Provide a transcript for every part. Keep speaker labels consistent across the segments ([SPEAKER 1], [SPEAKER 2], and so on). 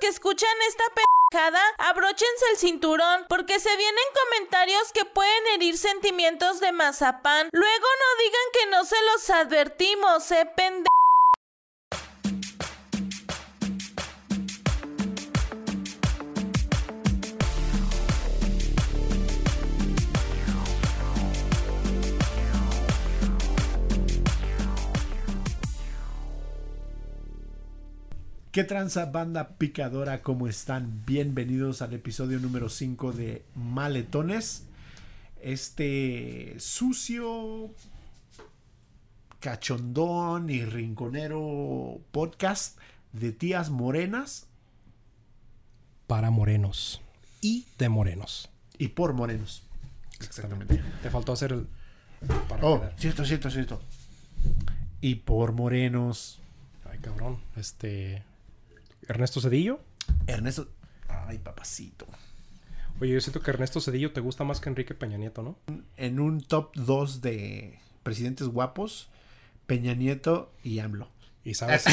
[SPEAKER 1] que escuchan esta pendejada, abróchense el cinturón, porque se vienen comentarios que pueden herir sentimientos de mazapán. Luego no digan que no se los advertimos, eh, pende...
[SPEAKER 2] ¿Qué tranza banda picadora? ¿Cómo están? Bienvenidos al episodio número 5 de Maletones. Este sucio, cachondón y rinconero podcast de tías morenas
[SPEAKER 3] para morenos
[SPEAKER 2] y,
[SPEAKER 3] de morenos.
[SPEAKER 2] y por morenos.
[SPEAKER 3] Te faltó hacer el. para
[SPEAKER 2] Oh,
[SPEAKER 3] quedar.
[SPEAKER 2] cierto, cierto, cierto. Y por morenos.
[SPEAKER 3] Ay, cabrón. Este. Ernesto Cedillo.
[SPEAKER 2] Ernesto. Ay, papacito.
[SPEAKER 3] Oye, yo siento que Ernesto Cedillo te gusta más que Enrique Peña Nieto, ¿no?
[SPEAKER 2] en un top 2 de presidentes guapos, Peña Nieto y AMLO.
[SPEAKER 3] Y sabes.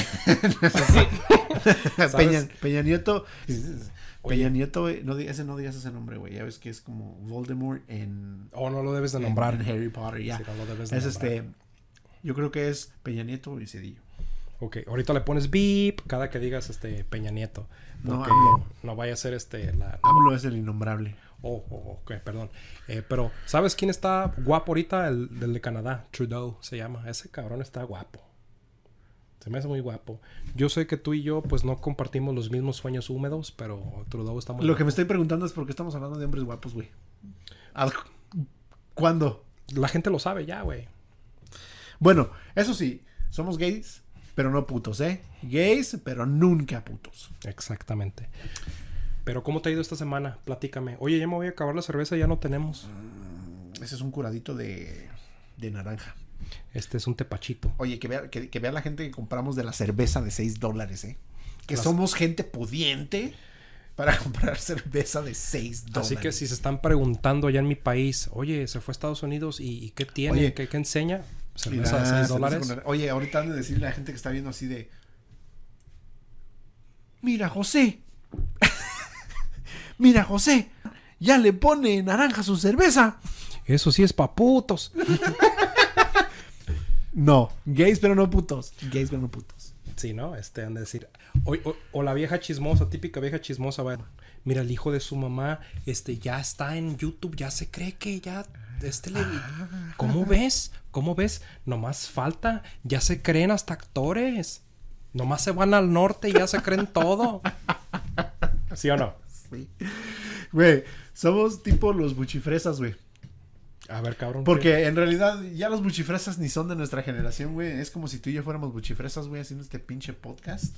[SPEAKER 2] Peña, Peña Nieto. Peña
[SPEAKER 3] Oye.
[SPEAKER 2] Nieto, eh, no, di- ese no digas ese nombre, güey. Ya ves que es como Voldemort en,
[SPEAKER 3] oh, no lo debes de
[SPEAKER 2] en-
[SPEAKER 3] nombrar.
[SPEAKER 2] en Harry Potter, ya.
[SPEAKER 3] Sí, no lo debes
[SPEAKER 2] es
[SPEAKER 3] de nombrar.
[SPEAKER 2] este. Yo creo que es Peña Nieto y Cedillo.
[SPEAKER 3] Ok, ahorita le pones beep cada que digas este Peña Nieto.
[SPEAKER 2] No,
[SPEAKER 3] porque
[SPEAKER 2] AMLO.
[SPEAKER 3] no vaya a ser este la.
[SPEAKER 2] AMLO es el innombrable.
[SPEAKER 3] Oh, oh, ok, perdón. Eh, pero, ¿sabes quién está guapo ahorita? El del de Canadá, Trudeau se llama. Ese cabrón está guapo. Se me hace muy guapo. Yo sé que tú y yo, pues no compartimos los mismos sueños húmedos, pero Trudeau está muy
[SPEAKER 2] Lo que me
[SPEAKER 3] guapo.
[SPEAKER 2] estoy preguntando es por qué estamos hablando de hombres guapos, güey. ¿A- ¿Cuándo?
[SPEAKER 3] La gente lo sabe ya, güey.
[SPEAKER 2] Bueno, eso sí, somos gays, pero no putos, ¿eh? Gays, pero nunca putos.
[SPEAKER 3] Exactamente. Pero, ¿cómo te ha ido esta semana? Platícame. Oye, ya me voy a acabar la cerveza, ya no tenemos.
[SPEAKER 2] Ese es un curadito de, de naranja.
[SPEAKER 3] Este es un tepachito.
[SPEAKER 2] Oye, que vea, que, que vea la gente que compramos de la cerveza de 6 dólares, ¿eh? Que
[SPEAKER 3] Las-
[SPEAKER 2] somos gente pudiente para comprar cerveza de 6 dólares.
[SPEAKER 3] Así que si se están preguntando allá en mi país, oye, se fue a Estados Unidos y, y qué tiene,
[SPEAKER 2] Oye.
[SPEAKER 3] ¿Qué, qué enseña,
[SPEAKER 2] Mira,
[SPEAKER 3] cerveza de 6
[SPEAKER 2] cerveza
[SPEAKER 3] dólares.
[SPEAKER 2] con- Oye, ahorita han de decirle a la gente que está viendo así de... Mira, José. Mira, José. Ya le pone naranja a su cerveza.
[SPEAKER 3] Eso sí es pa' putos.
[SPEAKER 2] No, gays pero no putos. Gays pero no putos.
[SPEAKER 3] Sí, ¿no? Este, han de decir. O, o- o la vieja chismosa, típica vieja chismosa, va. Mira, el hijo de su mamá, este, ya está en YouTube, ya se cree que ya. Este le. ¿Cómo
[SPEAKER 2] Ah.
[SPEAKER 3] ves? ¿Cómo ves? Nomás falta. Ya se creen hasta actores. Nomás se van al norte y ya se creen todo. ¿Sí o no?
[SPEAKER 2] Sí. Güey, somos tipo los buchifresas, güey.
[SPEAKER 3] A ver, cabrón. ¿qué?
[SPEAKER 2] Porque en realidad ya los buchifresas ni son de nuestra generación, güey. Es como si tú y yo fuéramos buchifresas, güey, haciendo este pinche podcast.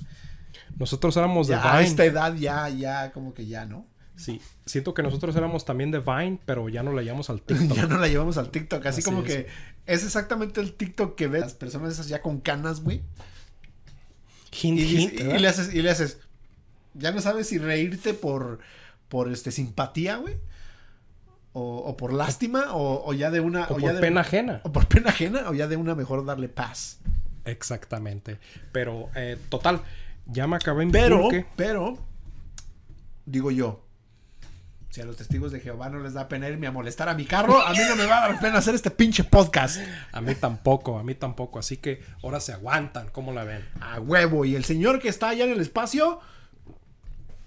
[SPEAKER 3] Nosotros éramos de
[SPEAKER 2] Ya, a
[SPEAKER 3] Vine.
[SPEAKER 2] esta edad ya, ya, como que ya, ¿no?
[SPEAKER 3] Sí, siento que nosotros éramos también de Vine, pero ya no le llamamos al TikTok.
[SPEAKER 2] ya no la llevamos al TikTok. Así,
[SPEAKER 3] Así
[SPEAKER 2] como
[SPEAKER 3] es.
[SPEAKER 2] que es exactamente el TikTok que ves las personas esas ya con canas, güey.
[SPEAKER 3] Hint,
[SPEAKER 2] Y, dices-
[SPEAKER 3] hint,
[SPEAKER 2] y
[SPEAKER 3] ¿verdad?
[SPEAKER 2] le haces, y le haces, ya no sabes si reírte por, por este, simpatía, güey. O, o por lástima, o, o ya de una...
[SPEAKER 3] O
[SPEAKER 2] ya
[SPEAKER 3] por
[SPEAKER 2] de-
[SPEAKER 3] pena ajena.
[SPEAKER 2] O por pena ajena, o ya de una mejor darle paz.
[SPEAKER 3] Exactamente. Pero, eh, total, ya me acabé en
[SPEAKER 2] Pero, pero, digo yo, si a los testigos de Jehová no les da pena irme a molestar a mi carro, a mí no me va a dar pena hacer este pinche podcast.
[SPEAKER 3] A mí tampoco, a mí tampoco. Así que ahora se aguantan, ¿cómo la ven?
[SPEAKER 2] A huevo. Y el señor que está allá en el espacio,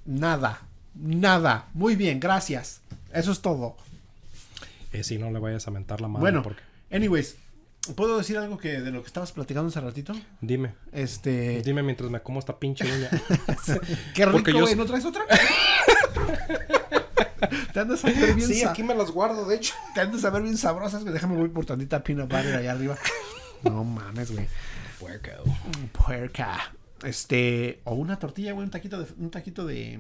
[SPEAKER 2] nada, nada. Muy bien, gracias. Eso es todo.
[SPEAKER 3] Eh, si no le vayas a mentar la madre.
[SPEAKER 2] bueno,
[SPEAKER 3] porque-
[SPEAKER 2] anyways, ¿puedo decir algo que de lo que estabas platicando hace ratito?
[SPEAKER 3] Dime,
[SPEAKER 2] Este...
[SPEAKER 3] dime mientras me como esta pinche uña.
[SPEAKER 2] Qué rico,
[SPEAKER 3] Porque yo-
[SPEAKER 2] güey. ¿No traes otra? Te andas a ver bien sa-
[SPEAKER 3] me las guardo, de hecho.
[SPEAKER 2] Te han de saber bien sabrosas, güey. Déjame voy por tantita peanut butter allá arriba. No mames, güey. Puerca. Este. O una tortilla, güey. Un taquito de. Un taquito de.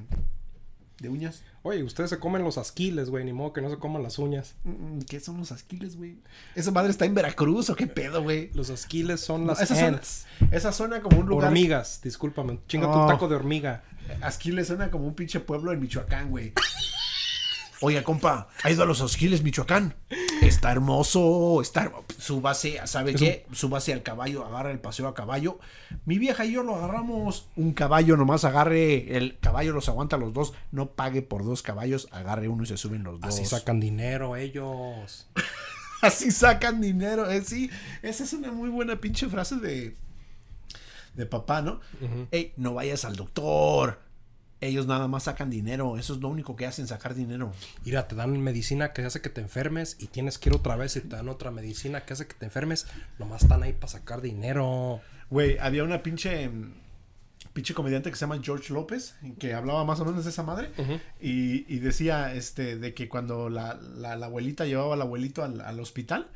[SPEAKER 2] De uñas.
[SPEAKER 3] Oye, ustedes se comen los asquiles, güey, ni modo que no se coman las uñas.
[SPEAKER 2] Mm, ¿Qué son los asquiles, güey? ¿Esa madre está en Veracruz o qué pedo, güey?
[SPEAKER 3] Los asquiles son
[SPEAKER 2] No,
[SPEAKER 3] las
[SPEAKER 2] esa, suena,
[SPEAKER 3] ants.
[SPEAKER 2] esa suena como un lugar.
[SPEAKER 3] Hormigas, discúlpame. Chinga
[SPEAKER 2] Oh.
[SPEAKER 3] tu taco de hormiga.
[SPEAKER 2] Asquiles suena como un pinche pueblo en Michoacán, güey. Oiga, compa, ¿ha ido a los Asquiles, Michoacán? está hermoso, está hermo- súbase, ¿sabe qué? Súbase al caballo, agarra el paseo a caballo. Mi vieja y yo lo agarramos. Un caballo nomás agarre, el caballo los aguanta los dos, no pague por dos caballos, agarre uno y se suben los dos.
[SPEAKER 3] Así sacan dinero ellos.
[SPEAKER 2] Así sacan dinero. Eh, sí, esa es una muy buena pinche frase de, de papá, ¿no? Ey, no vayas al doctor. Ellos nada más sacan dinero. Eso es lo único que hacen, sacar dinero.
[SPEAKER 3] Mira, te dan medicina que hace que te enfermes y tienes que ir otra vez y te dan otra medicina que hace que te enfermes. Nomás están ahí para sacar dinero.
[SPEAKER 2] Güey, había una pinche mm, pinche comediante que se llama George López, que hablaba más o menos de esa madre, y, y decía este de que cuando la, la- la abuelita llevaba al abuelito al, al hospital,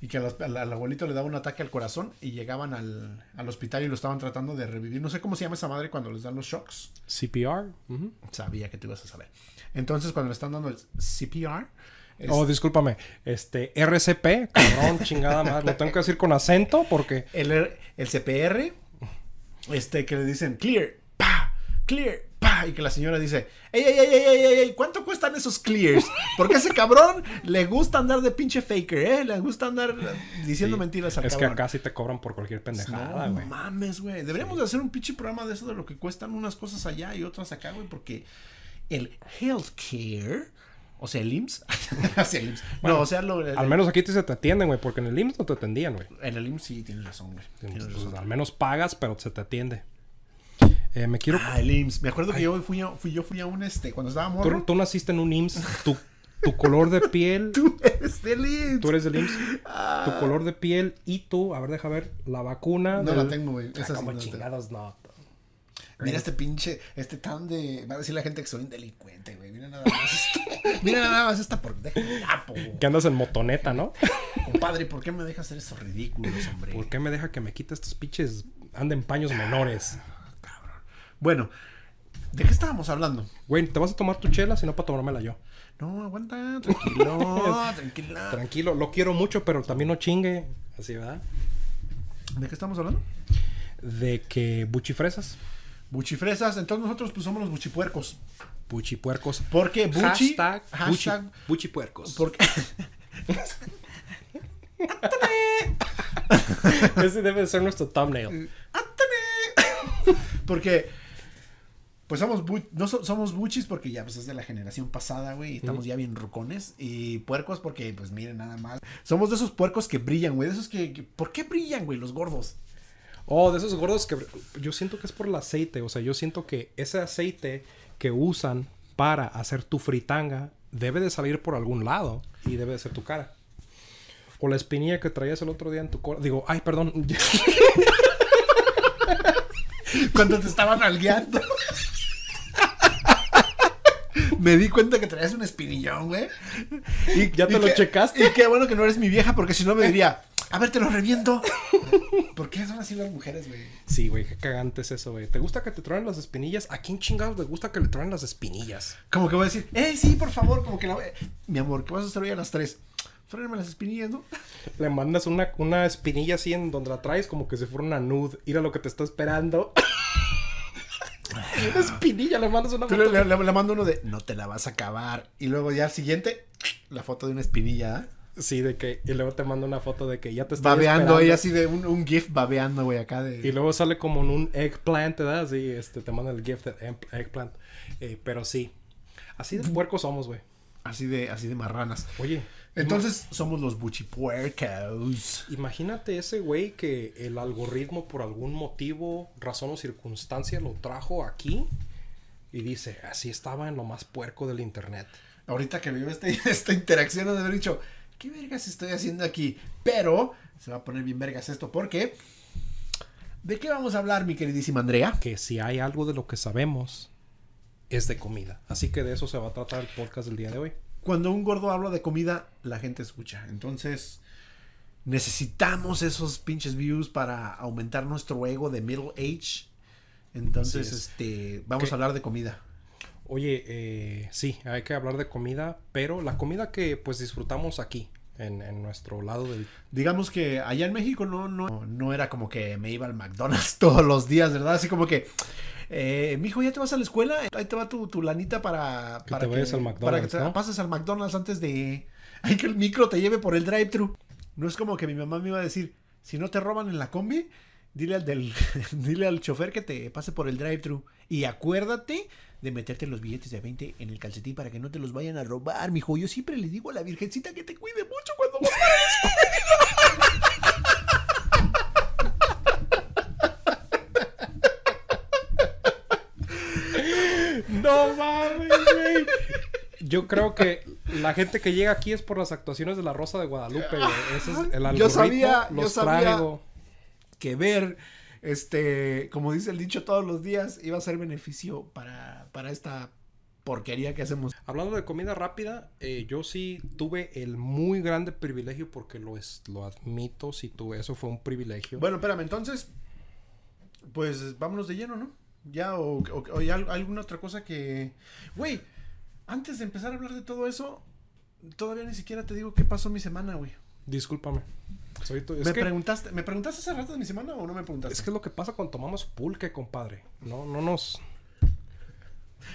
[SPEAKER 2] y que a los- al, al abuelito le daba un ataque al corazón, y llegaban al, al hospital y lo estaban tratando de revivir. No sé cómo se llama esa madre cuando les dan los shocks.
[SPEAKER 3] CPR. Ujú.
[SPEAKER 2] Sabía que tú ibas a saber. Entonces, cuando le están dando el CPR, es-
[SPEAKER 3] Oh, discúlpame. Este, RCP, cabrón, chingada madre. Lo tengo que decir con acento porque.
[SPEAKER 2] el, er, el CPR, este, que le dicen clear, pa, clear, pa, y que la señora dice, ey, ey, ey, ey, ey, ey, ¿cuánto cuestan esos clears? Porque a ese cabrón le gusta andar de pinche faker, ¿eh? Le gusta andar diciendo
[SPEAKER 3] Sí,
[SPEAKER 2] mentiras al
[SPEAKER 3] Es que
[SPEAKER 2] cabrón.
[SPEAKER 3] acá sí te cobran por cualquier pendejada,
[SPEAKER 2] no
[SPEAKER 3] güey.
[SPEAKER 2] mames, güey. Deberíamos de hacer un pinche programa de eso de lo que cuestan unas cosas allá y otras acá, güey, porque el healthcare, o sea, el IMSS, o sea, el IMSS. no, o sea, lo- eh,
[SPEAKER 3] al menos aquí te, se te atienden, güey, porque en el IMSS no te atendían, güey.
[SPEAKER 2] en el IMSS sí tienes razón, güey. Tienes
[SPEAKER 3] Entonces, pues,
[SPEAKER 2] razón.
[SPEAKER 3] al menos pagas, pero se te atiende. Eh, me quiero.
[SPEAKER 2] Ah, el IMSS. Me acuerdo que yo fui a, fui, yo fui a un este, cuando estaba
[SPEAKER 3] tú,
[SPEAKER 2] morro.
[SPEAKER 3] tú naciste en un IMSS. Tu, tu color de piel.
[SPEAKER 2] Tú eres del IMSS.
[SPEAKER 3] Tú eres del IMSS.
[SPEAKER 2] Ah.
[SPEAKER 3] Tu color de piel y tú, a ver, deja ver, la vacuna.
[SPEAKER 2] No
[SPEAKER 3] del-
[SPEAKER 2] la tengo, güey.
[SPEAKER 3] Ah,
[SPEAKER 2] Esa sí
[SPEAKER 3] como
[SPEAKER 2] no la tengo.
[SPEAKER 3] chingados, no.
[SPEAKER 2] Mira este pinche, este tan de. Va a decir la gente que soy un delincuente, güey. Mira nada más esto. Mira nada más esta por. Déjame tapo.
[SPEAKER 3] Que andas en motoneta, ¿no?
[SPEAKER 2] Compadre, ¿por qué me dejas hacer esos ridículos, hombre?
[SPEAKER 3] ¿Por qué me deja que me quite estos pinches? Anden paños menores.
[SPEAKER 2] Bueno, ¿de qué estábamos hablando?
[SPEAKER 3] Güey, ¿te vas a tomar tu chela? Si no, para tomármela yo.
[SPEAKER 2] No, aguanta, tranquilo, tranquila.
[SPEAKER 3] Tranquilo, lo quiero mucho, pero también no chingue. Así, ¿verdad?
[SPEAKER 2] ¿De qué estamos hablando?
[SPEAKER 3] De que buchifresas,
[SPEAKER 2] Buchifresas, entonces nosotros pues somos los buchipuercos.
[SPEAKER 3] buchipuercos.
[SPEAKER 2] Porque buchi.
[SPEAKER 3] hashtag,
[SPEAKER 2] hashtag
[SPEAKER 3] buchi- buchipuercos.
[SPEAKER 2] porque
[SPEAKER 3] Ese debe de ser nuestro thumbnail.
[SPEAKER 2] Porque, pues somos, bu- no so- somos buchis porque ya pues es de la generación pasada, güey. y Estamos ya bien rucones. Y puercos porque, pues miren nada más. Somos de esos puercos que brillan, güey. De esos que, que- ¿Por qué brillan, güey? Los gordos.
[SPEAKER 3] Oh, de esos gordos que yo siento que es por el aceite, o sea, yo siento que ese aceite que usan para hacer tu fritanga debe de salir por algún lado y debe de ser tu cara. O la espinilla que traías el otro día en tu cola. Digo, ay, perdón.
[SPEAKER 2] Cuando te estaban algueando. Me di cuenta que traías un espinillón, güey. Y,
[SPEAKER 3] Ya te
[SPEAKER 2] y
[SPEAKER 3] lo
[SPEAKER 2] qué-
[SPEAKER 3] checaste.
[SPEAKER 2] Y qué bueno que no eres mi vieja, porque si no me diría, a ver, te lo reviento. ¿Por qué son así las mujeres, güey?
[SPEAKER 3] Sí, güey, qué cagante es eso, güey. ¿Te gusta que te traen las espinillas? ¿A quién chingados le gusta que le traen las espinillas?
[SPEAKER 2] Como que voy a decir, ¡eh, sí, por favor! Como que la voy a- Mi amor, ¿qué vas a hacer hoy a las 3? Fréname las espinillas, ¿no?
[SPEAKER 3] Le mandas una, una espinilla así en donde la traes como que si fuera una nude. Ir a lo que te está esperando. Una espinilla, le mandas una
[SPEAKER 2] Tú le,
[SPEAKER 3] foto.
[SPEAKER 2] le- le- le mando uno de, no te la vas a acabar. Y luego ya al siguiente, la foto de una espinilla. ¿eh?
[SPEAKER 3] Sí, de que... Y luego te manda una foto de que ya te está
[SPEAKER 2] Babeando, ahí así de un, un gif babeando, güey, acá de...
[SPEAKER 3] Y luego sale como en un eggplant, ¿verdad? Sí, este, te manda el gift de em- eggplant. Eh, pero sí. Así de puercos somos, güey.
[SPEAKER 2] Así de, así de marranas.
[SPEAKER 3] Oye,
[SPEAKER 2] Entonces, somos los buchipuercos.
[SPEAKER 3] Imagínate ese güey que el algoritmo por algún motivo, razón o circunstancia lo trajo aquí y dice, así estaba en lo más puerco del internet.
[SPEAKER 2] Ahorita que veo este, esta interacción, han de haber dicho, ¿qué vergas estoy haciendo aquí? Pero, se va a poner bien vergas esto, porque... ¿De qué vamos a hablar, mi queridísima Andrea?
[SPEAKER 3] Que si hay algo de lo que sabemos es de comida. Así que de eso se va a tratar el podcast del día de hoy.
[SPEAKER 2] cuando un gordo habla de comida, la gente escucha. Entonces, necesitamos esos pinches views para aumentar nuestro ego de middle age. Entonces,
[SPEAKER 3] Así es.
[SPEAKER 2] este, vamos a
[SPEAKER 3] ¿Qué?
[SPEAKER 2] hablar de comida.
[SPEAKER 3] Oye, eh, sí, hay que hablar de comida, pero la comida que pues disfrutamos aquí, en, en nuestro lado del...
[SPEAKER 2] Digamos que allá en México no, no, no era como que me iba al McDonald's todos los días, ¿verdad? Así como que eh, mijo, ya te vas a la escuela, ahí te va tu, tu lanita para,
[SPEAKER 3] Que
[SPEAKER 2] para
[SPEAKER 3] te vayas al
[SPEAKER 2] para que te
[SPEAKER 3] McDonald's, ¿no?
[SPEAKER 2] pases al McDonald's antes de ay, que el micro te lleve por el drive-thru. No es como que mi mamá me iba a decir, si no te roban en la combi, dile al, del, dile al chofer que te pase por el drive-thru. Y acuérdate de meterte los billetes de 20 en el calcetín para que no te los vayan a robar, mijo. Yo siempre le digo a la virgencita que te cuide mucho cuando vas para la escuela".
[SPEAKER 3] No mames, güey. Yo creo que la gente que llega aquí es por las actuaciones de la Rosa de Guadalupe, güey. Ese es el algoritmo.
[SPEAKER 2] Yo sabía, yo
[SPEAKER 3] los
[SPEAKER 2] sabía.
[SPEAKER 3] traigo.
[SPEAKER 2] que ver. Este, como dice el dicho todos los días, iba a ser beneficio para, para esta porquería que hacemos.
[SPEAKER 3] Hablando de comida rápida, eh, yo sí tuve el muy grande privilegio, porque lo, es, lo admito, si tuve, eso fue un privilegio.
[SPEAKER 2] Bueno, espérame, entonces, pues vámonos de lleno, ¿no? Ya, o, o- o ya al- alguna otra cosa que... Güey, antes de empezar a hablar de todo eso, todavía ni siquiera te digo qué pasó mi semana, güey.
[SPEAKER 3] Discúlpame. Soy tu- es
[SPEAKER 2] ¿Me,
[SPEAKER 3] que-
[SPEAKER 2] preguntaste, ¿Me preguntaste hace rato de mi semana o no me preguntaste?
[SPEAKER 3] Es que es lo que pasa cuando tomamos pulque, compadre. No, no nos.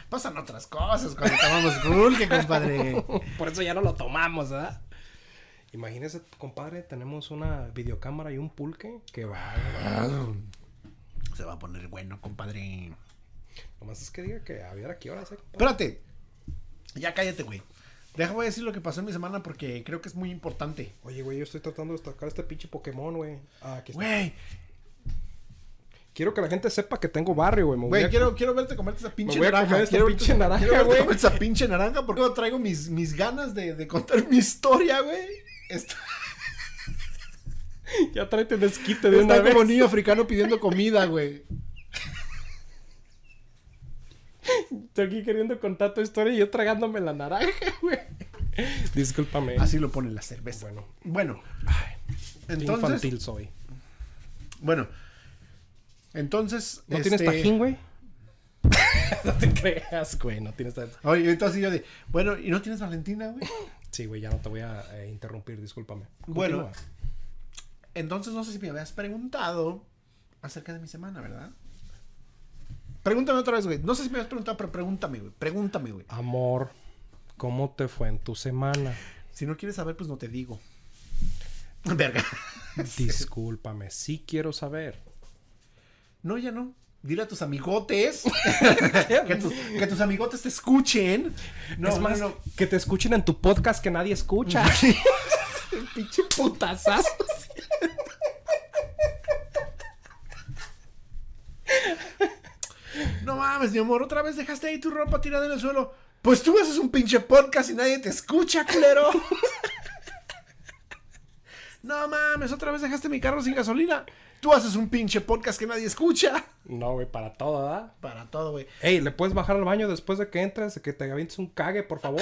[SPEAKER 2] Pasan otras cosas cuando tomamos pulque, compadre.
[SPEAKER 3] Por eso ya no lo tomamos, ¿verdad? Imagínese, compadre, tenemos una videocámara y un pulque. Que va.
[SPEAKER 2] Se va a poner bueno, compadre.
[SPEAKER 3] Nomás es que diga que a ver a qué horas, eh, compadre.
[SPEAKER 2] Espérate. Ya cállate, güey. Déjame decir lo que pasó en mi semana porque creo que es muy importante.
[SPEAKER 3] Oye, güey, yo estoy tratando de destacar este pinche Pokémon, güey. Ah, aquí está.
[SPEAKER 2] Güey,
[SPEAKER 3] Quiero que la gente sepa que tengo barrio, güey. Me voy
[SPEAKER 2] güey,
[SPEAKER 3] a-
[SPEAKER 2] quiero, quiero verte comerte esa pinche
[SPEAKER 3] voy a
[SPEAKER 2] naranja.
[SPEAKER 3] comer esta
[SPEAKER 2] quiero
[SPEAKER 3] pinche
[SPEAKER 2] verte,
[SPEAKER 3] naranja,
[SPEAKER 2] quiero verte
[SPEAKER 3] güey.
[SPEAKER 2] comer esa pinche naranja porque yo traigo mis, mis ganas de, de contar mi historia, güey. Está,
[SPEAKER 3] Ya tráete el esquite de una
[SPEAKER 2] está
[SPEAKER 3] vez.
[SPEAKER 2] como niño africano pidiendo comida, güey.
[SPEAKER 3] Estoy aquí queriendo contar tu historia y yo tragándome la naranja, güey. Discúlpame.
[SPEAKER 2] Así lo pone la cerveza.
[SPEAKER 3] Bueno.
[SPEAKER 2] Bueno,
[SPEAKER 3] Qué
[SPEAKER 2] entonces,
[SPEAKER 3] infantil soy.
[SPEAKER 2] bueno, entonces,
[SPEAKER 3] ¿No
[SPEAKER 2] este,
[SPEAKER 3] tienes tajín, güey? no te creas, güey. No tienes tajín.
[SPEAKER 2] Oye, entonces yo de, bueno, ¿y no tienes Valentina, güey?
[SPEAKER 3] Sí, güey, ya no te voy a eh, interrumpir, discúlpame.
[SPEAKER 2] Bueno.
[SPEAKER 3] Continúa.
[SPEAKER 2] Entonces no sé si me habías preguntado acerca de mi semana, ¿verdad? Pregúntame otra vez, güey. No sé si me habías preguntado, pero pregúntame, güey. Pregúntame, güey.
[SPEAKER 3] Amor, ¿cómo te fue en tu semana?
[SPEAKER 2] Si no quieres saber, pues no te digo. Verga.
[SPEAKER 3] Discúlpame, sí quiero saber.
[SPEAKER 2] No, ya no. Dile a tus amigotes. que, tus, que tus amigotes te escuchen. No,
[SPEAKER 3] es más,
[SPEAKER 2] no, no.
[SPEAKER 3] que te escuchen en tu podcast que nadie escucha. Pinche putazazo.
[SPEAKER 2] No mames, mi amor. Otra vez dejaste ahí tu ropa tirada en el suelo. Pues tú haces un pinche podcast y nadie te escucha, culero. no mames, otra vez dejaste mi carro sin gasolina. Tú haces un pinche podcast que nadie escucha.
[SPEAKER 3] No, güey, para todo, ¿verdad?
[SPEAKER 2] Para todo, güey.
[SPEAKER 3] Ey, ¿le puedes bajar al baño después de que entres? Que te avientes un cague, por favor.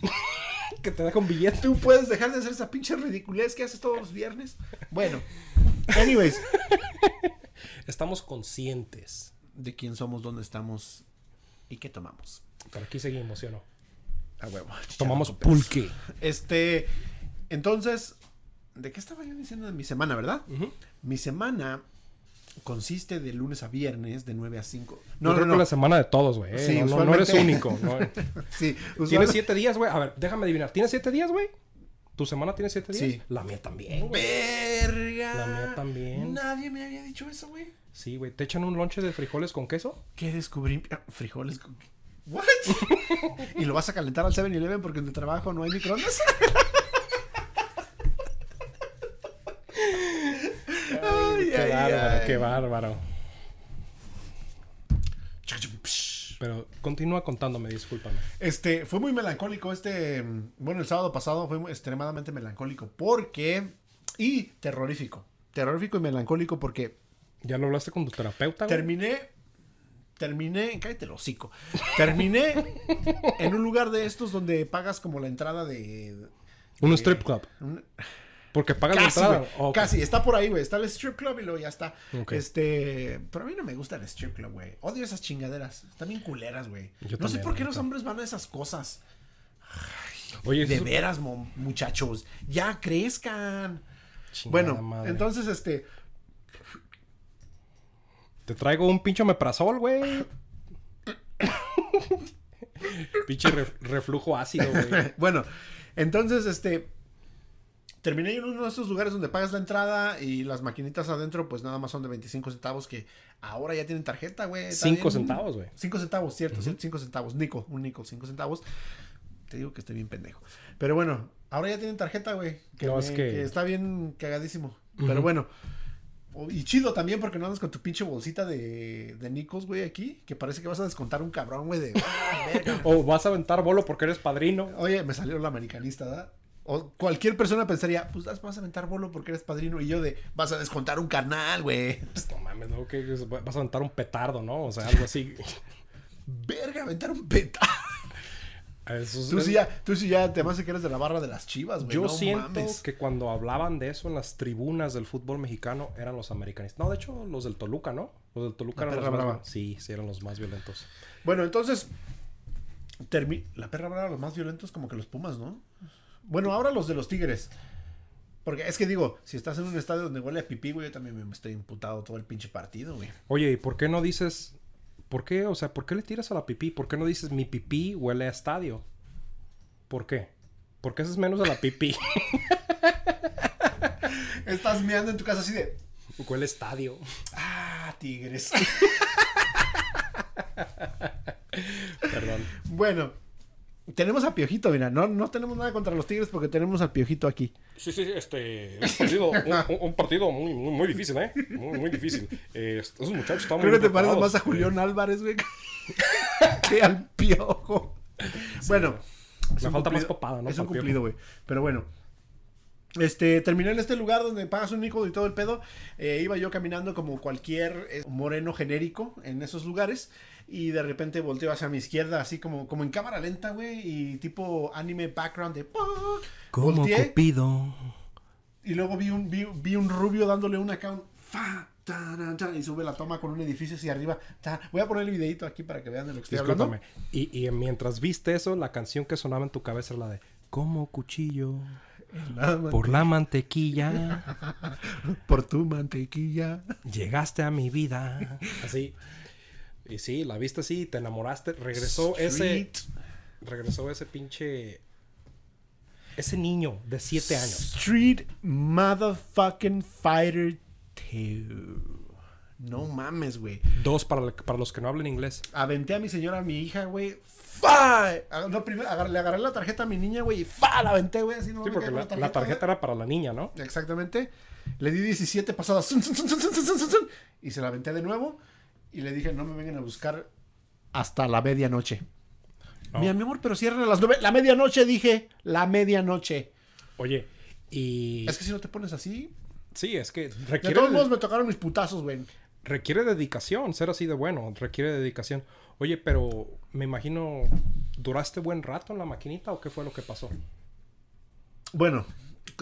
[SPEAKER 3] que te deje un billete.
[SPEAKER 2] Tú puedes dejar de hacer esa pinche ridiculez que haces todos los viernes. Bueno, anyways.
[SPEAKER 3] Estamos conscientes.
[SPEAKER 2] De quién somos, dónde estamos y qué tomamos.
[SPEAKER 3] Pero aquí seguimos, ¿sí o no?
[SPEAKER 2] A huevo. chicharrón
[SPEAKER 3] Tomamos
[SPEAKER 2] con pelos.
[SPEAKER 3] pulque.
[SPEAKER 2] Este, entonces, ¿de qué estaba yo diciendo de mi semana, verdad? Mi semana consiste de lunes a viernes, de 9 a 5.
[SPEAKER 3] No, Yo creo que la semana de todos, güey. ¿eh?
[SPEAKER 2] Sí,
[SPEAKER 3] no, no- no eres
[SPEAKER 2] usualmente.
[SPEAKER 3] único. no-
[SPEAKER 2] Sí,
[SPEAKER 3] ¿Tienes
[SPEAKER 2] usualmente-
[SPEAKER 3] siete días, güey? A ver, déjame adivinar. ¿Tienes siete días, güey? ¿Tu semana tiene siete días?
[SPEAKER 2] Sí.
[SPEAKER 3] La mía también, güey.
[SPEAKER 2] Verga.
[SPEAKER 3] La mía también.
[SPEAKER 2] Nadie me había dicho eso, güey.
[SPEAKER 3] Sí, güey. ¿Te echan un lonche de frijoles con queso?
[SPEAKER 2] ¿Qué descubrí? Ah, Frijoles con... ¿What? ¿Y lo vas a calentar al 7-Eleven porque en tu trabajo no hay microondas? Ay,
[SPEAKER 3] qué
[SPEAKER 2] ay,
[SPEAKER 3] bárbaro,
[SPEAKER 2] ay.
[SPEAKER 3] qué bárbaro. Pero continúa contándome, discúlpame.
[SPEAKER 2] Este, fue muy melancólico este, mm, bueno, el sábado pasado fue muy- extremadamente melancólico porque, y terrorífico, terrorífico y melancólico porque
[SPEAKER 3] ¿Ya lo hablaste con tu terapeuta, güey?
[SPEAKER 2] terminé, terminé, cállate el hocico, terminé en un lugar de estos donde pagas como la entrada de...
[SPEAKER 3] Un strip club.
[SPEAKER 2] un-
[SPEAKER 3] Porque pagas
[SPEAKER 2] Casi,
[SPEAKER 3] la
[SPEAKER 2] güey,
[SPEAKER 3] entrada. Ok.
[SPEAKER 2] casi, está por ahí, güey, está el strip club y luego ya está.
[SPEAKER 3] Ok.
[SPEAKER 2] Este, pero a mí no me gusta el strip club, güey, odio esas chingaderas, están bien culeras, güey. No
[SPEAKER 3] Yo
[SPEAKER 2] sé
[SPEAKER 3] también,
[SPEAKER 2] por qué
[SPEAKER 3] la
[SPEAKER 2] los
[SPEAKER 3] neta.
[SPEAKER 2] hombres van a esas cosas.
[SPEAKER 3] Oye,
[SPEAKER 2] De
[SPEAKER 3] eso-
[SPEAKER 2] veras, mo- muchachos, ya crezcan.
[SPEAKER 3] Chingada
[SPEAKER 2] bueno,
[SPEAKER 3] madre.
[SPEAKER 2] entonces este
[SPEAKER 4] Te traigo un pinche omeprazol, güey. pinche re- reflujo ácido, güey.
[SPEAKER 2] bueno, entonces, este. Terminé en uno de esos lugares donde pagas la entrada y las maquinitas adentro, pues nada más son de 25 centavos que ahora ya tienen tarjeta, güey. está
[SPEAKER 4] Cinco
[SPEAKER 2] bien.
[SPEAKER 4] centavos, güey.
[SPEAKER 2] Cinco centavos, cierto, cierto, cinco centavos. Nico, un Nico, cinco centavos. Te digo que estoy bien pendejo. Pero bueno, ahora ya tienen tarjeta, güey. Que,
[SPEAKER 4] No,
[SPEAKER 2] me-
[SPEAKER 4] es que-
[SPEAKER 2] que está bien cagadísimo. Pero bueno. O- Y chido también porque no andas con tu pinche bolsita de, de Nicos, güey, aquí. Que parece que vas a descontar un cabrón, güey, de... "Ah, verga,
[SPEAKER 4] O vas a aventar bolo porque eres padrino.
[SPEAKER 2] Oye, me salió la americanista, ¿verdad? O cualquier persona pensaría, pues vas a aventar bolo porque eres padrino. Y yo de, vas a descontar un canal, güey.
[SPEAKER 4] Pues, no mames, ¿no? Que vas a aventar un petardo, ¿no? O sea, algo así.
[SPEAKER 2] Verga, aventar un peta.
[SPEAKER 4] Eso es-
[SPEAKER 2] Tú sí ya, tú sí ya, te vas a que eres de la barra de las chivas, güey.
[SPEAKER 4] Yo
[SPEAKER 2] no
[SPEAKER 4] siento
[SPEAKER 2] mames.
[SPEAKER 4] que cuando hablaban de eso en las tribunas del fútbol mexicano eran los americanistas. No, de hecho, los del Toluca, ¿no? Los del Toluca
[SPEAKER 2] La
[SPEAKER 4] eran los
[SPEAKER 2] perra
[SPEAKER 4] más
[SPEAKER 2] brava.
[SPEAKER 4] Sí, sí, eran los más violentos.
[SPEAKER 2] Bueno, entonces, termi- la perra brava, los más violentos como que los Pumas, ¿no? Bueno, ahora los de los Tigres. Porque es que digo, si estás en un estadio donde huele a pipí, güey, yo también me estoy imputado todo el pinche partido, güey.
[SPEAKER 4] Oye, ¿y por qué no dices... ¿Por qué? O sea, ¿por qué le tiras a la pipí? ¿Por qué no dices mi pipí huele a estadio? ¿Por qué? ¿Por qué haces menos a la pipí?
[SPEAKER 2] Estás meando en tu casa así de,
[SPEAKER 4] huele a estadio.
[SPEAKER 2] ah, Tigres.
[SPEAKER 4] Perdón.
[SPEAKER 2] Bueno, tenemos a Piojito, mira, no, no tenemos nada contra los Tigres porque tenemos a Piojito aquí.
[SPEAKER 4] Sí, sí, este. Un partido, un, un- un partido muy, muy, muy difícil, ¿eh? Muy, muy difícil. Eh, esos muchachos están
[SPEAKER 2] Creo
[SPEAKER 4] muy
[SPEAKER 2] que te parece
[SPEAKER 4] preparados.
[SPEAKER 2] más a Julián Álvarez, güey, que al Piojo. bueno, es
[SPEAKER 4] Me
[SPEAKER 2] un
[SPEAKER 4] falta más
[SPEAKER 2] cumplido-
[SPEAKER 4] papada, ¿no?
[SPEAKER 2] Es un
[SPEAKER 4] Para el
[SPEAKER 2] cumplido,
[SPEAKER 4] Piojo.
[SPEAKER 2] güey, pero bueno. Este, terminé en este lugar donde pagas un Nico y todo el pedo. Eh, iba yo caminando como cualquier eh, moreno genérico en esos lugares. Y de repente volteo hacia mi izquierda, así como, como en cámara lenta, güey. Y tipo anime background de...
[SPEAKER 4] Como
[SPEAKER 2] Volteé,
[SPEAKER 4] Cupido.
[SPEAKER 2] Y luego vi un, vi, vi un rubio dándole una acá, un fa, taran, tan, y sube la toma con un edificio hacia arriba. tan. Voy a poner el videito aquí para que vean de lo que estoy
[SPEAKER 4] Discúlpame.
[SPEAKER 2] hablando.
[SPEAKER 4] Y, y mientras viste eso, la canción que sonaba en tu cabeza era la de Como cuchillo
[SPEAKER 2] Nada más.
[SPEAKER 4] por la mantequilla
[SPEAKER 2] Por tu mantequilla.
[SPEAKER 4] llegaste a mi vida. Así. Y sí, la viste así, te enamoraste. Regresó ese.
[SPEAKER 2] Street-
[SPEAKER 4] Regresó ese pinche. Ese niño de 7 años.
[SPEAKER 2] Street Motherfucking Fighter 2. No mames, güey.
[SPEAKER 4] Dos, para, la- para los que no hablan inglés.
[SPEAKER 2] Aventé a mi señora, a mi hija, güey. ¡Fa! Ah, No, primero agar- le agarré la tarjeta a mi niña, güey, y ¡fa! La aventé, güey. Así no
[SPEAKER 4] Sí,
[SPEAKER 2] me
[SPEAKER 4] porque
[SPEAKER 2] caigo
[SPEAKER 4] la, la tarjeta era para la niña, ¿no?
[SPEAKER 2] Exactamente. Le di 17 pasadas. zun, zun, zun, zun, zun, zun, zun, zun, y se la aventé de nuevo. Y le dije, no me vengan a buscar hasta la medianoche.
[SPEAKER 4] No.
[SPEAKER 2] Mira, mi amor, pero cierren a las nueve. La medianoche, dije. La medianoche.
[SPEAKER 4] Oye, y.
[SPEAKER 2] Es que si no te pones así.
[SPEAKER 4] Sí, es que
[SPEAKER 2] De
[SPEAKER 4] requiere.
[SPEAKER 2] todos modos me tocaron mis putazos, güey.
[SPEAKER 4] requiere dedicación, ser así de bueno, requiere dedicación. Oye, pero me imagino, ¿duraste buen rato en la maquinita o qué fue lo que pasó?
[SPEAKER 2] Bueno,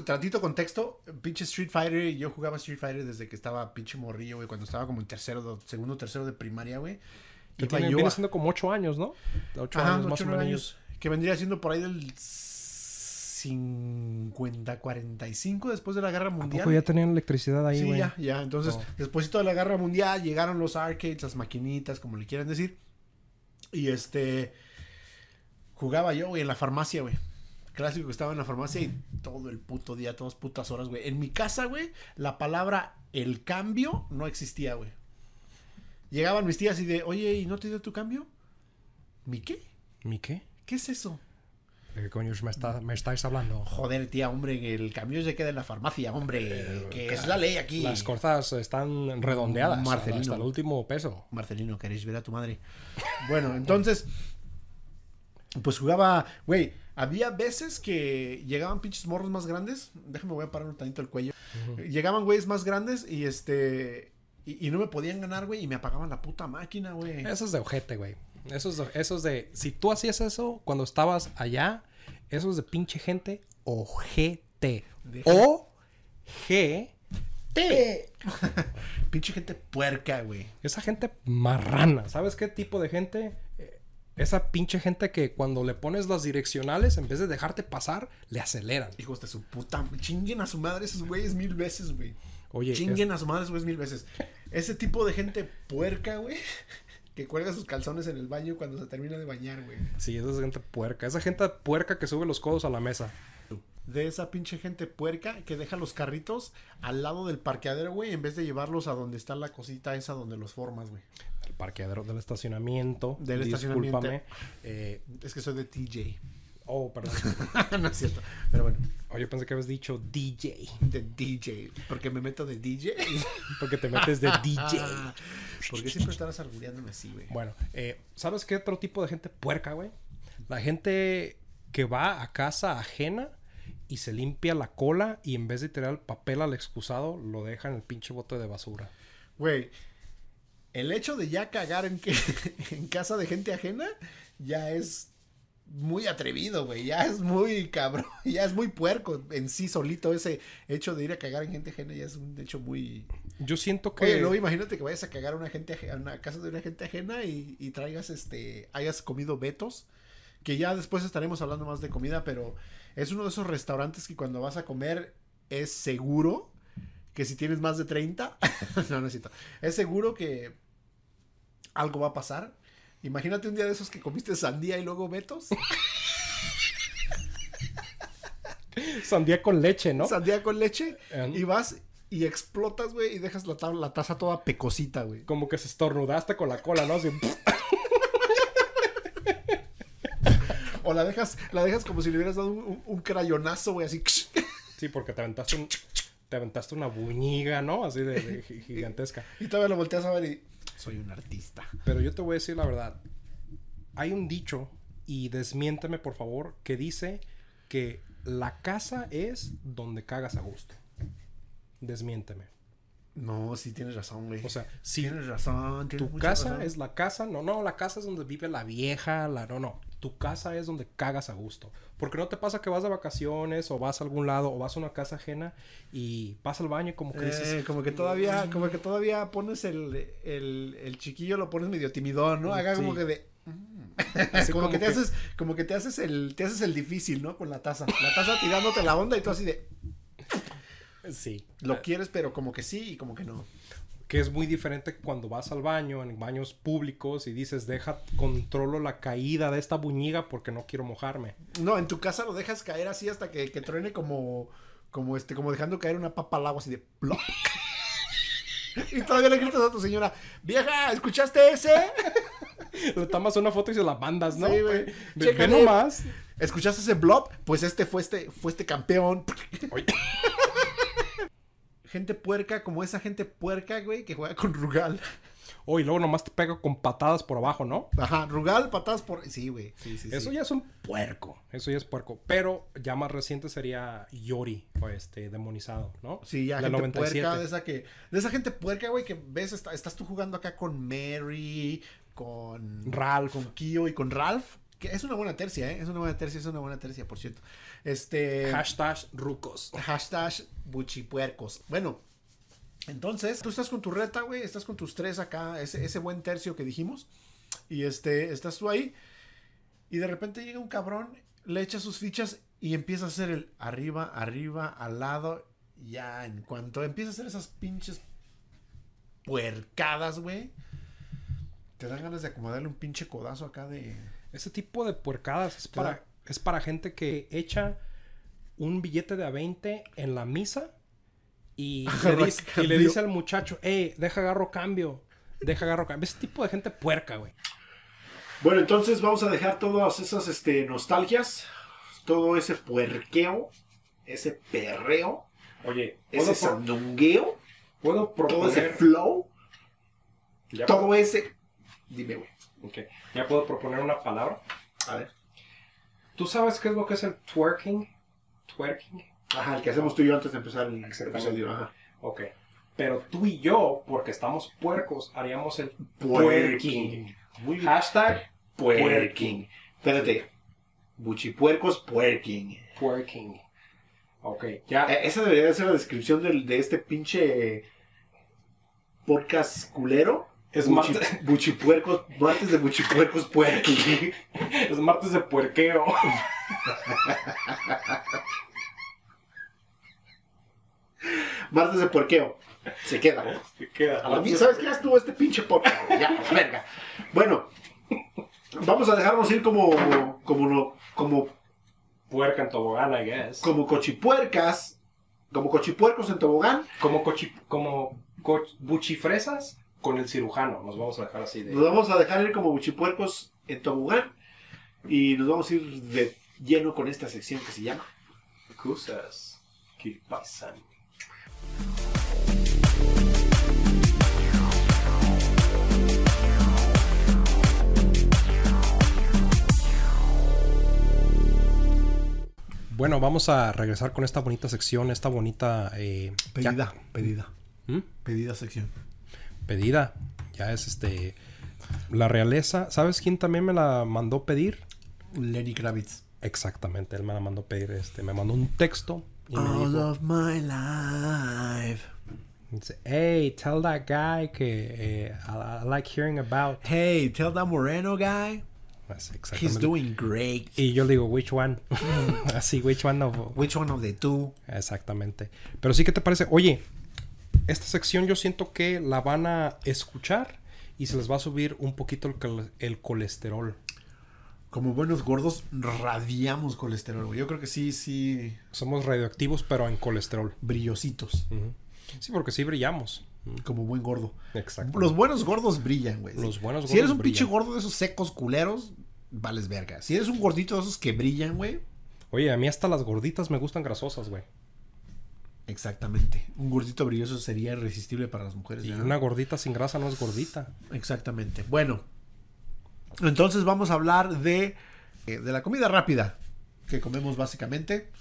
[SPEAKER 2] tratito contexto. Pinche Street Fighter. Yo jugaba Street Fighter desde que estaba pinche morrillo, güey. Cuando estaba como en tercero, segundo, tercero de primaria, güey.
[SPEAKER 4] Que
[SPEAKER 2] Iba
[SPEAKER 4] tiene,
[SPEAKER 2] yo
[SPEAKER 4] viene
[SPEAKER 2] a-
[SPEAKER 4] siendo como ocho años, ¿no? Ocho
[SPEAKER 2] Pues Ajá,
[SPEAKER 4] años
[SPEAKER 2] ocho,
[SPEAKER 4] más o
[SPEAKER 2] nueve años.
[SPEAKER 4] menos.
[SPEAKER 2] Que vendría siendo por ahí del 50, 45 después de la guerra
[SPEAKER 4] ¿A
[SPEAKER 2] mundial.
[SPEAKER 4] poco ya tenían electricidad ahí,
[SPEAKER 2] sí,
[SPEAKER 4] güey?
[SPEAKER 2] ya, ya. Entonces,
[SPEAKER 4] No.
[SPEAKER 2] después de la guerra mundial, llegaron los arcades, las maquinitas, como le quieran decir. Y este. Jugaba yo, güey, en la farmacia, güey. Clásico que estaba en la farmacia y todo el puto día, todas putas horas, güey. En mi casa, güey, la palabra el cambio no existía, güey. Llegaban mis tías y de, oye, ¿y no te dio tu cambio? ¿Mi qué?
[SPEAKER 4] ¿Mi qué?
[SPEAKER 2] ¿Qué es eso?
[SPEAKER 4] ¿De qué coño me, está- me estáis hablando?
[SPEAKER 2] Joder, tía, hombre, el cambio se queda en la farmacia, hombre. Que es la ley aquí.
[SPEAKER 4] Eh, Las corzas están redondeadas
[SPEAKER 2] Marcelino.
[SPEAKER 4] hasta el último peso.
[SPEAKER 2] Marcelino, ¿queréis ver a tu madre? Bueno, entonces, pues jugaba, güey, había veces que llegaban pinches morros más grandes, déjame, voy a parar un tantito el cuello, llegaban güeyes más grandes y este, y, y no me podían ganar, güey, y me apagaban la puta máquina, güey.
[SPEAKER 4] Eso es de ojete, güey. Eso es de, eso es de... Si tú hacías eso cuando estabas allá, eso es de pinche gente ojete.
[SPEAKER 2] Deja-
[SPEAKER 4] O-G...
[SPEAKER 2] Te- Pinche gente puerca, güey.
[SPEAKER 4] Esa gente marrana, ¿sabes qué tipo de gente? Eh, Esa pinche gente que cuando le pones las direccionales, en vez de dejarte pasar, le aceleran.
[SPEAKER 2] Hijos de su puta, chinguen a su madre esos güeyes mil veces, güey.
[SPEAKER 4] Oye, es-
[SPEAKER 2] Chinguen a su madre, güey, mil veces. Ese tipo de gente puerca, güey, que cuelga sus calzones en el baño cuando se termina de bañar, güey.
[SPEAKER 4] sí, esa es gente puerca. Esa gente puerca que sube los codos a la mesa.
[SPEAKER 2] De esa pinche gente puerca que deja los carritos al lado del parqueadero, güey, en vez de llevarlos a donde está la cosita esa donde los formas, güey.
[SPEAKER 4] Del parqueadero, del estacionamiento.
[SPEAKER 2] Del
[SPEAKER 4] discúlpame.
[SPEAKER 2] estacionamiento.
[SPEAKER 4] Eh,
[SPEAKER 2] Es que soy de TJ.
[SPEAKER 4] oh, perdón.
[SPEAKER 2] no es cierto. Pero bueno,
[SPEAKER 4] Oh, yo pensé que habías dicho DJ.
[SPEAKER 2] de DJ. Porque me meto de DJ.
[SPEAKER 4] Porque te metes de DJ.
[SPEAKER 2] Ah, ¿Por qué siempre estarás argudeándome así, güey?
[SPEAKER 4] Bueno, eh, ¿sabes qué otro tipo de gente puerca, güey? La gente que va a casa ajena y se limpia la cola y en vez de tirar el papel al excusado, lo deja en el pinche bote de basura.
[SPEAKER 2] Güey, el hecho de ya cagar en, que, en casa de gente ajena ya es muy atrevido, güey. Ya es muy cabrón. Ya es muy puerco en sí solito. Ese hecho de ir a cagar en gente ajena ya es un hecho muy.
[SPEAKER 4] Yo siento que...
[SPEAKER 2] Oye, luego imagínate que vayas a cagar a una, gente aje- a una casa de una gente ajena y, y traigas este. hayas comido betos. Que ya después estaremos hablando más de comida, pero es uno de esos restaurantes que cuando vas a comer es seguro que si tienes más de 30, no necesito. Es seguro que algo va a pasar. Imagínate un día de esos que comiste sandía y luego betos.
[SPEAKER 4] Sandía con leche, ¿no?
[SPEAKER 2] Sandía con leche.
[SPEAKER 4] Em.
[SPEAKER 2] Y vas y explotas, güey, y dejas la, tab- la taza toda pecosita, güey.
[SPEAKER 4] Como que se estornudaste con la cola, ¿no? Así,
[SPEAKER 2] O la dejas, la dejas como si le hubieras dado un, un- un crayonazo, güey, así.
[SPEAKER 4] sí, porque te aventaste un- Te aventaste una buñiga, ¿no? Así de, de gi- gigantesca.
[SPEAKER 2] Y todavía lo volteas a ver y. Soy un artista.
[SPEAKER 4] Pero yo te voy a decir la verdad. Hay un dicho, y desmiénteme por favor, que dice que la casa es donde cagas a gusto. Desmiénteme.
[SPEAKER 2] No, sí tienes razón, güey.
[SPEAKER 4] O sea, si
[SPEAKER 2] tienes razón. tienes
[SPEAKER 4] tu
[SPEAKER 2] mucha
[SPEAKER 4] casa
[SPEAKER 2] razón.
[SPEAKER 4] es la casa, no, no, la casa es donde vive la vieja, la no, no. Tu casa es donde cagas a gusto. Porque no te pasa que vas de vacaciones o vas a algún lado o vas a una casa ajena y vas al baño y como que dices,
[SPEAKER 2] Eh, como que todavía, como que todavía pones el, el, el chiquillo, lo pones medio timidón, ¿no? Haga como
[SPEAKER 4] Sí.
[SPEAKER 2] que de. mm.
[SPEAKER 4] así
[SPEAKER 2] como, que te
[SPEAKER 4] que-
[SPEAKER 2] haces, como que te haces el, te haces el difícil, ¿no? Con la taza. La taza tirándote la onda y tú así de.
[SPEAKER 4] Sí.
[SPEAKER 2] Lo quieres, pero como que sí y como que no.
[SPEAKER 4] que es muy diferente cuando vas al baño, en baños públicos y dices, deja, controlo la caída de esta buñiga porque no quiero mojarme.
[SPEAKER 2] No, en tu casa lo dejas caer así hasta que, que truene como. Como este, como dejando caer una papa al agua así de plop. Y todavía le gritas a tu señora, vieja, ¿escuchaste ese?
[SPEAKER 4] Le tomas una foto y se la mandas, ¿no?
[SPEAKER 2] Sí, güey.
[SPEAKER 4] Ve- Ve,
[SPEAKER 2] Chécale.
[SPEAKER 4] nomás.
[SPEAKER 2] ¿Escuchaste ese blob? Pues este fue este, fue este campeón.
[SPEAKER 4] Oye.
[SPEAKER 2] Gente puerca, como esa gente puerca, güey, que juega con Rugal.
[SPEAKER 4] Oh, y luego nomás te pega con patadas por abajo, ¿no?
[SPEAKER 2] Ajá, Rugal, patadas por. Sí, güey. Sí, sí,
[SPEAKER 4] Eso
[SPEAKER 2] sí.
[SPEAKER 4] ya es un puerco. Eso ya es puerco. Pero ya más reciente sería Yori, o este, demonizado, ¿no?
[SPEAKER 2] Sí, ya
[SPEAKER 4] Del
[SPEAKER 2] gente puerca, de esa que. De esa gente puerca, güey, que ves, está- estás tú jugando acá con Mary, con.
[SPEAKER 4] Ralph.
[SPEAKER 2] Con Kio y con Ralph. Que es una buena tercia, ¿eh? Es una buena tercia, es una buena tercia, por cierto. Este.
[SPEAKER 4] Hashtag rucos.
[SPEAKER 2] Hashtag buchipuercos. Bueno, entonces, tú estás con tu reta, güey, estás con tus tres acá, ese, ese buen tercio que dijimos, y este, estás tú ahí, y de repente llega un cabrón, le echa sus fichas y empieza a hacer el arriba, arriba, al lado, ya, en cuanto empieza a hacer esas pinches puercadas, güey, te dan ganas de acomodarle un pinche codazo acá de...
[SPEAKER 4] Ese tipo de puercadas es
[SPEAKER 2] Te da-
[SPEAKER 4] para, es para gente que echa un billete de a 20 en la misa y le,
[SPEAKER 2] Agarra
[SPEAKER 4] dice, y le
[SPEAKER 2] cambio.
[SPEAKER 4] dice al muchacho, hey, deja agarro cambio, deja agarro cambio. Ese tipo de gente puerca, güey.
[SPEAKER 2] Bueno, entonces vamos a dejar todas esas este, nostalgias, todo ese puerqueo, ese perreo,
[SPEAKER 4] Oye,
[SPEAKER 2] ese sandungueo,
[SPEAKER 4] puedo
[SPEAKER 2] todo ese flow,
[SPEAKER 4] ya,
[SPEAKER 2] todo ese... Dime, güey.
[SPEAKER 4] puedo proponer una palabra.
[SPEAKER 2] A ver.
[SPEAKER 4] ¿Tú sabes qué es lo que es el twerking? Twerking.
[SPEAKER 2] Ajá, el que hacemos tú y yo antes de empezar el
[SPEAKER 4] Exactamente.
[SPEAKER 2] episodio. Ajá.
[SPEAKER 4] Ok. Pero tú y yo, porque estamos puercos, haríamos el
[SPEAKER 2] Muy bien.
[SPEAKER 4] Hashtag
[SPEAKER 2] Puerking. Espérate. Buchipuercos puerking.
[SPEAKER 4] twerking. Ok, ya.
[SPEAKER 2] Eh, Esa debería de ser la descripción del- de este pinche
[SPEAKER 5] eh,
[SPEAKER 2] podcast culero.
[SPEAKER 4] Es
[SPEAKER 2] Buchi-
[SPEAKER 4] martes.
[SPEAKER 2] Buchipuercos, martes de buchipuercos puerqui.
[SPEAKER 4] Es martes de puerqueo.
[SPEAKER 5] Martes de puerqueo. Se queda.
[SPEAKER 3] Se queda.
[SPEAKER 5] A la mierda. ¿Sabes qué? Ya estuvo este pinche podcast. güey. Ya, a la verga. Bueno, vamos a dejarnos ir como, como, no- como,
[SPEAKER 3] Puerca en tobogán, I guess.
[SPEAKER 5] como cochipuercas, como cochipuercos en tobogán.
[SPEAKER 3] Como, cochi, como co- buchifresas con el cirujano. Nos vamos a dejar así
[SPEAKER 5] Este, Nos
[SPEAKER 3] de...
[SPEAKER 5] vamos a dejar ir como buchipuercos en tobogán. Y nos vamos a ir de lleno con esta sección que se llama.
[SPEAKER 3] Cosas que pasan.
[SPEAKER 4] Bueno, vamos a regresar con esta bonita sección, esta bonita eh, ya-
[SPEAKER 2] Pedida, pedida.
[SPEAKER 4] ¿Mm?
[SPEAKER 2] Pedida sección.
[SPEAKER 4] pedida. Ya es este. La realeza. ¿Sabes quién también me la mandó pedir?
[SPEAKER 2] Lenny Kravitz.
[SPEAKER 4] Exactamente, él me la mandó pedir. Este, me mandó un texto y me
[SPEAKER 2] All
[SPEAKER 4] dijo,
[SPEAKER 2] of my life.
[SPEAKER 4] dice, Hey, tell that guy que eh, I, I like hearing about.
[SPEAKER 2] Hey, tell that Moreno guy
[SPEAKER 4] Así,
[SPEAKER 2] he's
[SPEAKER 4] Exactamente.
[SPEAKER 2] doing great.
[SPEAKER 4] Y yo le digo, which one? Así, which one of,
[SPEAKER 2] Which one of the two?
[SPEAKER 4] Exactamente. Pero sí que te parece, oye, esta sección yo siento que la van a escuchar y se les va a subir un poquito el, col- el colesterol.
[SPEAKER 2] Como buenos gordos, radiamos colesterol. güey. Yo creo que sí, sí,
[SPEAKER 4] Somos radioactivos, pero en colesterol.
[SPEAKER 2] brillositos.
[SPEAKER 4] Ujú. Sí, porque sí brillamos.
[SPEAKER 2] Como buen gordo.
[SPEAKER 4] Exacto.
[SPEAKER 2] Los buenos gordos brillan, güey.
[SPEAKER 4] Los buenos
[SPEAKER 2] Si eres
[SPEAKER 4] gordos
[SPEAKER 2] un pinche
[SPEAKER 4] brillan.
[SPEAKER 2] gordo de esos secos culeros, vales verga. Si eres un gordito de esos que brillan, güey,
[SPEAKER 4] Oye, a mí hasta las gorditas me gustan grasosas, güey.
[SPEAKER 2] exactamente. Un gordito brilloso sería irresistible para las mujeres.
[SPEAKER 4] Y
[SPEAKER 2] ¿verdad?
[SPEAKER 4] una gordita sin grasa no es gordita.
[SPEAKER 2] Exactamente. Bueno, entonces vamos a hablar de, eh, de la comida rápida que comemos básicamente.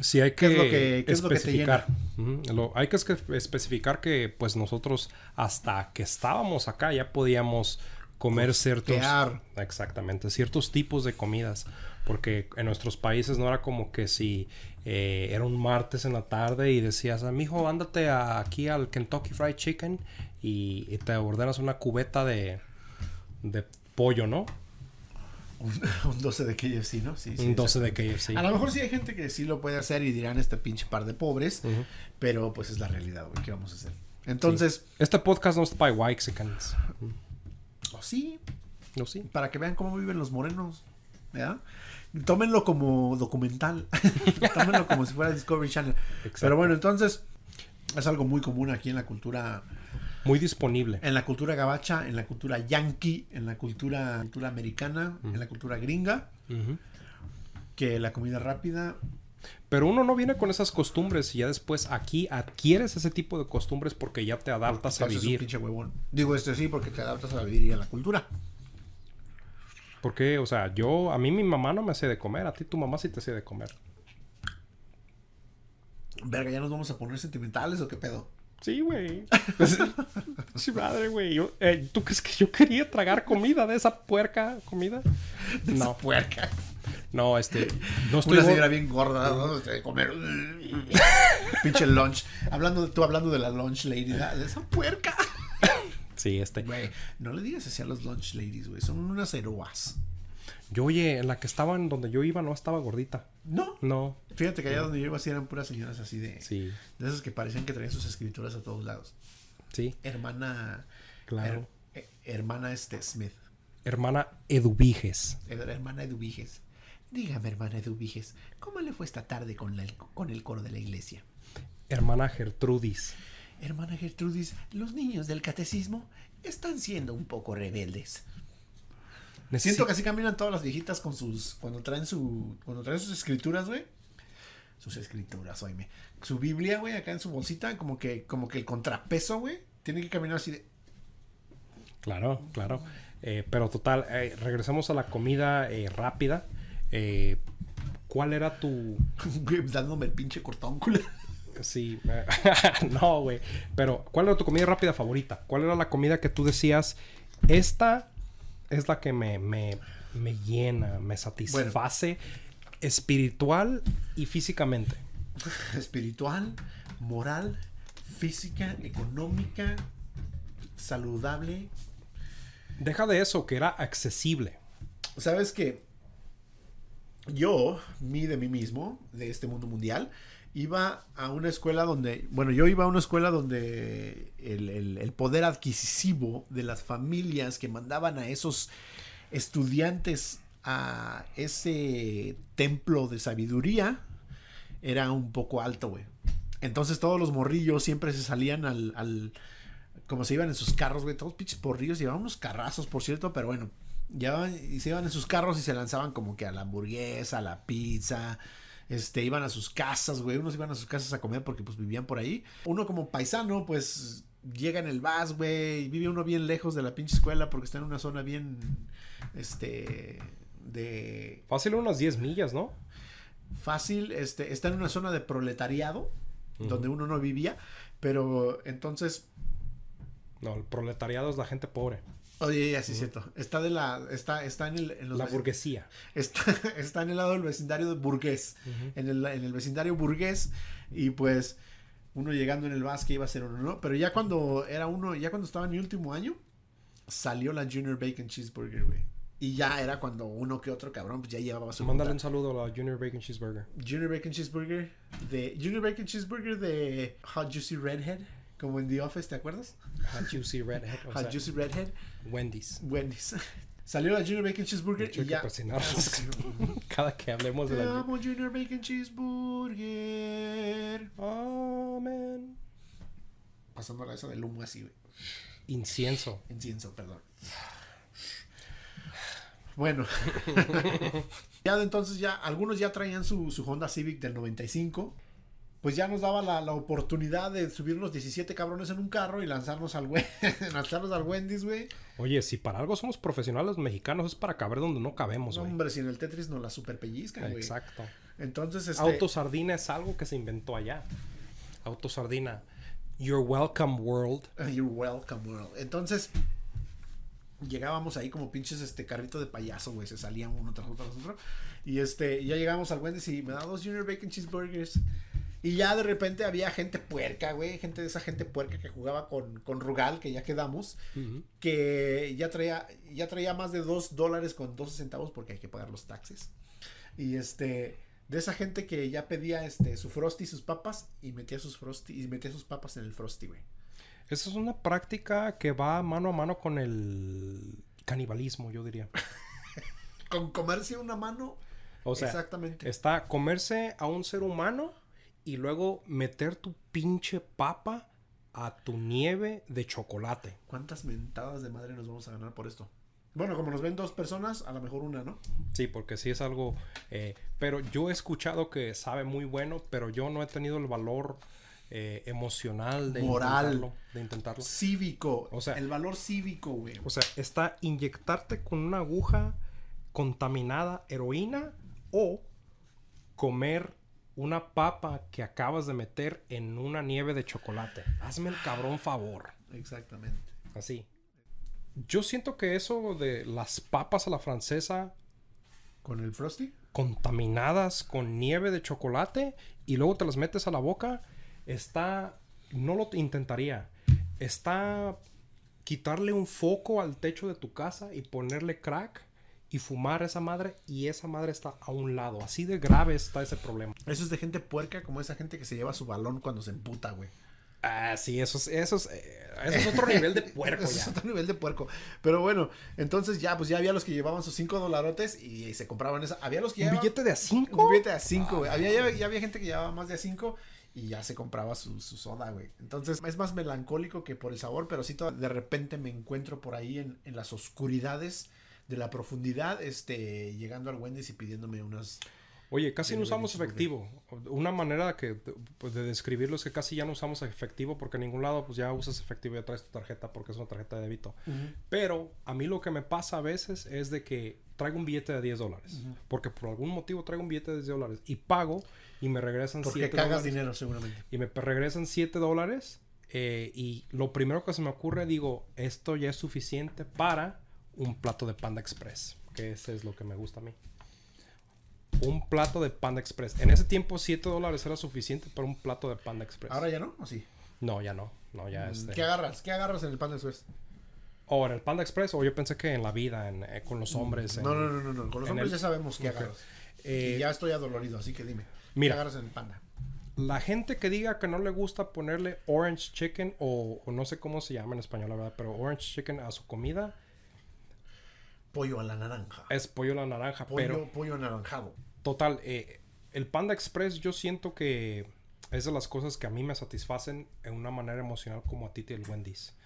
[SPEAKER 4] Sí, hay
[SPEAKER 2] ¿Qué
[SPEAKER 4] que,
[SPEAKER 2] es lo que- qué es lo que te
[SPEAKER 4] especificar. Ujú. Lo- hay que esque- especificar que pues nosotros hasta que estábamos acá ya podíamos comer ciertos...
[SPEAKER 2] Costear.
[SPEAKER 4] Exactamente, ciertos tipos de comidas. Porque en nuestros países no era como que si eh, era un martes en la tarde y decías, "Ah, mijo, ándate a- aquí al Kentucky Fried Chicken y, y te ordenas una cubeta de, de pollo, ¿no?
[SPEAKER 2] Un, un 12 de KFC, ¿no? Sí, sí,
[SPEAKER 4] un 12 de KFC.
[SPEAKER 2] A lo mejor sí hay gente que sí lo puede hacer y dirán este pinche par de pobres, pero pues es la realidad, güey, ¿qué vamos a hacer? Entonces,
[SPEAKER 4] Este podcast no es para Wixicans.
[SPEAKER 2] oh, sí,
[SPEAKER 4] No, sí.
[SPEAKER 2] para que vean cómo viven los morenos, ¿verdad? Tómenlo como documental, tómenlo como si fuera Discovery Channel. Pero bueno, entonces es algo muy común aquí en la cultura
[SPEAKER 4] Muy disponible.
[SPEAKER 2] en la cultura gabacha, en la cultura yankee, en la cultura, cultura americana, en la cultura gringa,
[SPEAKER 4] Ujú.
[SPEAKER 2] que la comida rápida,
[SPEAKER 4] Pero uno no viene con esas costumbres y ya después aquí adquieres ese tipo de costumbres porque ya te adaptas a
[SPEAKER 2] entonces es un
[SPEAKER 4] vivir.
[SPEAKER 2] pinche huevón. Digo esto sí porque te adaptas a vivir y a la cultura.
[SPEAKER 4] Porque, o sea, yo, a mí mi mamá no me hacía de comer, a ti tu mamá sí te hacía de comer.
[SPEAKER 2] Verga, ya nos vamos a poner sentimentales o qué pedo.
[SPEAKER 4] Sí, güey. sí, madre, güey. Yo, eh, ¿Tú crees que yo quería tragar comida de esa puerca comida? No,
[SPEAKER 2] Puerca.
[SPEAKER 4] no, este, no estoy...
[SPEAKER 2] Una
[SPEAKER 4] gor-
[SPEAKER 2] señora bien gorda, ¿no? de comer. uh, pinche lunch. Hablando de, tú hablando de la lunch lady, ¿verdad? de esa puerca.
[SPEAKER 4] Sí, este.
[SPEAKER 2] Güey, no le digas así a los lunch ladies, güey. Son unas heroas.
[SPEAKER 4] Yo, oye, en la que estaba, en donde yo iba, no estaba gordita.
[SPEAKER 2] No.
[SPEAKER 4] No,
[SPEAKER 2] Fíjate que allá donde yo iba sí eran puras señoras así de.
[SPEAKER 4] sí,
[SPEAKER 2] De esas que parecían que traían sus escrituras a todos lados.
[SPEAKER 4] sí,
[SPEAKER 2] Hermana.
[SPEAKER 4] claro.
[SPEAKER 2] her- eh, hermana este Smith.
[SPEAKER 4] Hermana Eduviges.
[SPEAKER 2] Era hermana Eduviges. Dígame, hermana Eduviges, ¿cómo le fue esta tarde con, la- con el coro de la iglesia?
[SPEAKER 4] Hermana Gertrudis.
[SPEAKER 2] Hermana Gertrudis, los niños del catecismo están siendo un poco rebeldes.
[SPEAKER 4] Necesito
[SPEAKER 2] Siento que así caminan todas las viejitas con sus. Cuando traen su. Cuando traen sus escrituras, güey. Sus escrituras, oíme. Su Biblia, güey, acá en su bolsita, como que, como que el contrapeso, güey. Tiene que caminar así de.
[SPEAKER 4] Claro, claro. Eh, pero total, eh, regresamos a la comida eh, rápida. Eh, ¿Cuál era tu...?
[SPEAKER 2] Güey, pues, dándome el pinche cortón, culero.
[SPEAKER 4] Sí, eh, no, güey. Pero, ¿cuál era tu comida rápida favorita? ¿Cuál era la comida que tú decías, esta es la que me, me, me llena, me satisface espiritual y físicamente?
[SPEAKER 2] espiritual, moral, física, económica, saludable.
[SPEAKER 4] Deja de eso, que era accesible.
[SPEAKER 2] Sabes que yo, mí de mí mismo, de este mundo mundial, iba a una escuela donde, bueno, yo iba a una escuela donde el, el- el poder adquisitivo de las familias que mandaban a esos estudiantes a ese templo de sabiduría era un poco alto, güey. Entonces todos los morrillos siempre se salían al... al- como se iban en sus carros, güey, todos pinches porrillos, llevaban unos carrazos, por cierto, pero bueno, ya y se iban en sus carros y se lanzaban como que a la hamburguesa, a la pizza, este, iban a sus casas, güey, unos iban a sus casas a comer porque pues vivían por ahí. Uno como paisano, pues llega en el bus, güey, y vive uno bien lejos de la pinche escuela porque está en una zona bien, este, de
[SPEAKER 4] Fácil unas 10 millas, ¿no?
[SPEAKER 2] fácil, este, está en una zona de proletariado, donde uno no vivía, pero entonces
[SPEAKER 4] No, el proletariado es la gente pobre.
[SPEAKER 2] Oye, ya sí es cierto. Está de la, está, está en el, en los
[SPEAKER 4] La
[SPEAKER 2] vec-
[SPEAKER 4] burguesía.
[SPEAKER 2] está, está en el lado del vecindario de burgués, en, el, en el vecindario burgués y pues uno llegando en el bus que iba a ser uno, ¿no? Pero ya cuando era uno, ya cuando estaba en mi último año, salió la Junior Bacon Cheeseburger, güey. Y ya era cuando uno que otro cabrón pues ya llevaba su
[SPEAKER 4] Mándale un
[SPEAKER 2] junta.
[SPEAKER 4] saludo a la Junior Bacon Cheeseburger.
[SPEAKER 2] Junior Bacon Cheeseburger de Junior Bacon Cheeseburger de Hot Juicy Redhead, como en The Office, ¿te acuerdas?
[SPEAKER 4] Hot Juicy Redhead. O
[SPEAKER 2] Hot
[SPEAKER 4] sea,
[SPEAKER 2] Juicy Redhead.
[SPEAKER 4] Wendy's.
[SPEAKER 2] Wendy's. Salió la Junior Bacon Cheeseburger
[SPEAKER 4] Hay
[SPEAKER 2] y
[SPEAKER 4] que
[SPEAKER 2] ya.
[SPEAKER 4] patrocinarnos. Cada que hablemos de
[SPEAKER 2] Te
[SPEAKER 4] la.
[SPEAKER 2] amo, Junior Bacon Cheeseburger.
[SPEAKER 4] Amén.
[SPEAKER 2] Pasando la esa del humo así, güey.
[SPEAKER 4] Incienso.
[SPEAKER 2] Incienso, perdón. Bueno. ya de entonces ya, algunos ya traían su, su Honda Civic del 95. Pues ya nos daba la, la oportunidad de subirnos 17 cabrones en un carro y lanzarnos al, we- lanzarnos al Wendy's, güey.
[SPEAKER 4] Oye, si para algo somos profesionales mexicanos es para caber donde no cabemos,
[SPEAKER 2] No,
[SPEAKER 4] güey.
[SPEAKER 2] hombre, si en el Tetris nos la superpellizcan, güey.
[SPEAKER 4] Exacto.
[SPEAKER 2] Entonces, este...
[SPEAKER 4] Autosardina es algo que se inventó allá. Autosardina. You're welcome, world.
[SPEAKER 2] You're welcome, world. Entonces, llegábamos ahí como pinches este carrito de payaso, güey. Se salían uno tras otro, tras otro. Y este, ya llegábamos al Wendy's y me da dos Junior Bacon Cheeseburgers. Y ya de repente había gente puerca, güey. Gente de esa gente puerca que jugaba con, con Rugal, que ya quedamos. Que ya traía, ya traía más de dos dólares con 12 centavos porque hay que pagar los taxes. Y este, de esa gente que ya pedía este, su Frosty y sus papas y metía sus Frosty y metía sus papas en el Frosty, güey.
[SPEAKER 4] Esa es una práctica que va mano a mano con el canibalismo, yo diría.
[SPEAKER 2] con comerse una mano.
[SPEAKER 4] O sea,
[SPEAKER 2] Exactamente.
[SPEAKER 4] está comerse a un ser humano y luego meter tu pinche papa a tu nieve de chocolate.
[SPEAKER 2] ¿Cuántas mentadas de madre nos vamos a ganar por esto? Bueno, como nos ven dos personas, a lo mejor una, ¿no?
[SPEAKER 4] Sí, porque sí es algo... eh, pero yo he escuchado que sabe muy bueno, pero yo no he tenido el valor eh, emocional de
[SPEAKER 2] Moral.
[SPEAKER 4] intentarlo. De intentarlo.
[SPEAKER 2] Cívico.
[SPEAKER 4] Pues, O sea-
[SPEAKER 2] el valor cívico, güey.
[SPEAKER 4] O sea, está inyectarte con una aguja contaminada heroína o comer una papa que acabas de meter en una nieve de chocolate. Hazme el cabrón favor.
[SPEAKER 2] Exactamente.
[SPEAKER 4] Así. Yo siento que eso de las papas a la francesa
[SPEAKER 2] ¿Con el Frosty?
[SPEAKER 4] contaminadas con nieve de chocolate y luego te las metes a la boca, está... No lo intentaría. Está quitarle un foco al techo de tu casa y ponerle crack y fumar esa madre y esa madre está a un lado. Así de grave está ese problema.
[SPEAKER 2] Eso es de gente puerca, como esa gente que se lleva su balón cuando se emputa, güey.
[SPEAKER 4] Ah, sí, eso es, eso es, eh, eso es otro nivel de puerco
[SPEAKER 2] Eso es
[SPEAKER 4] ya.
[SPEAKER 2] otro nivel de puerco. Pero bueno, entonces ya, pues ya había los que llevaban sus 5 dolarotes y, se compraban esa. Había los que
[SPEAKER 4] ¿Un
[SPEAKER 2] llevaban.
[SPEAKER 4] billete de a
[SPEAKER 2] Un
[SPEAKER 4] cinco?
[SPEAKER 2] billete de 5, güey. Había, ya, ya había gente que llevaba más de a 5 y ya se compraba su, su soda, güey. Entonces es más melancólico que por el sabor, pero sí to- de repente me encuentro por ahí en, en las oscuridades de la profundidad, este, llegando al Wendy's y pidiéndome unas...
[SPEAKER 4] Oye, casi no
[SPEAKER 2] Nivel de
[SPEAKER 4] usamos
[SPEAKER 2] disciplina.
[SPEAKER 4] efectivo. Una manera que, pues, de describirlo es que casi ya no usamos efectivo porque en ningún lado pues ya usas efectivo y ya traes tu tarjeta porque es una tarjeta de débito. Pero a mí lo que me pasa a veces es de que traigo un billete de 10 dólares. Porque por algún motivo traigo un billete de 10 dólares y pago y me regresan
[SPEAKER 2] Porque
[SPEAKER 4] 7
[SPEAKER 2] cagas
[SPEAKER 4] dólares.
[SPEAKER 2] dinero seguramente.
[SPEAKER 4] Y me regresan 7 dólares. eh, y lo primero que se me ocurre digo, esto ya es suficiente para un plato de Panda Express. Que ese es lo que me gusta a mí. Un plato de Panda Express. En ese tiempo 7 dólares era suficiente para un plato de Panda Express.
[SPEAKER 2] ¿Ahora ya no? ¿O sí? Mm,
[SPEAKER 4] No, Pues. ya no. No, ya este.
[SPEAKER 2] ¿Qué agarras? ¿Qué agarras en el pan de Suez?
[SPEAKER 4] O en el Panda Express o yo pensé que en la vida, en, eh, con los hombres.
[SPEAKER 2] Mm, No,
[SPEAKER 4] en-
[SPEAKER 2] no, no, no, no. Con los
[SPEAKER 4] en
[SPEAKER 2] hombres
[SPEAKER 4] el-
[SPEAKER 2] ya sabemos qué
[SPEAKER 4] Ok.
[SPEAKER 2] agarras.
[SPEAKER 4] Eh,
[SPEAKER 2] y ya estoy adolorido, así que dime.
[SPEAKER 4] mira.
[SPEAKER 2] ¿Qué agarras en el panda?
[SPEAKER 4] La gente que diga que no le gusta ponerle orange chicken o, o no sé cómo se llama en español, la verdad, pero orange chicken a su comida
[SPEAKER 2] Pollo a la naranja.
[SPEAKER 4] es pollo a la naranja.
[SPEAKER 2] Pollo,
[SPEAKER 4] pero
[SPEAKER 2] pollo anaranjado.
[SPEAKER 4] Total, eh, el Panda Express yo siento que es de las cosas que a mí me satisfacen en una manera emocional como a ti el Wendy's.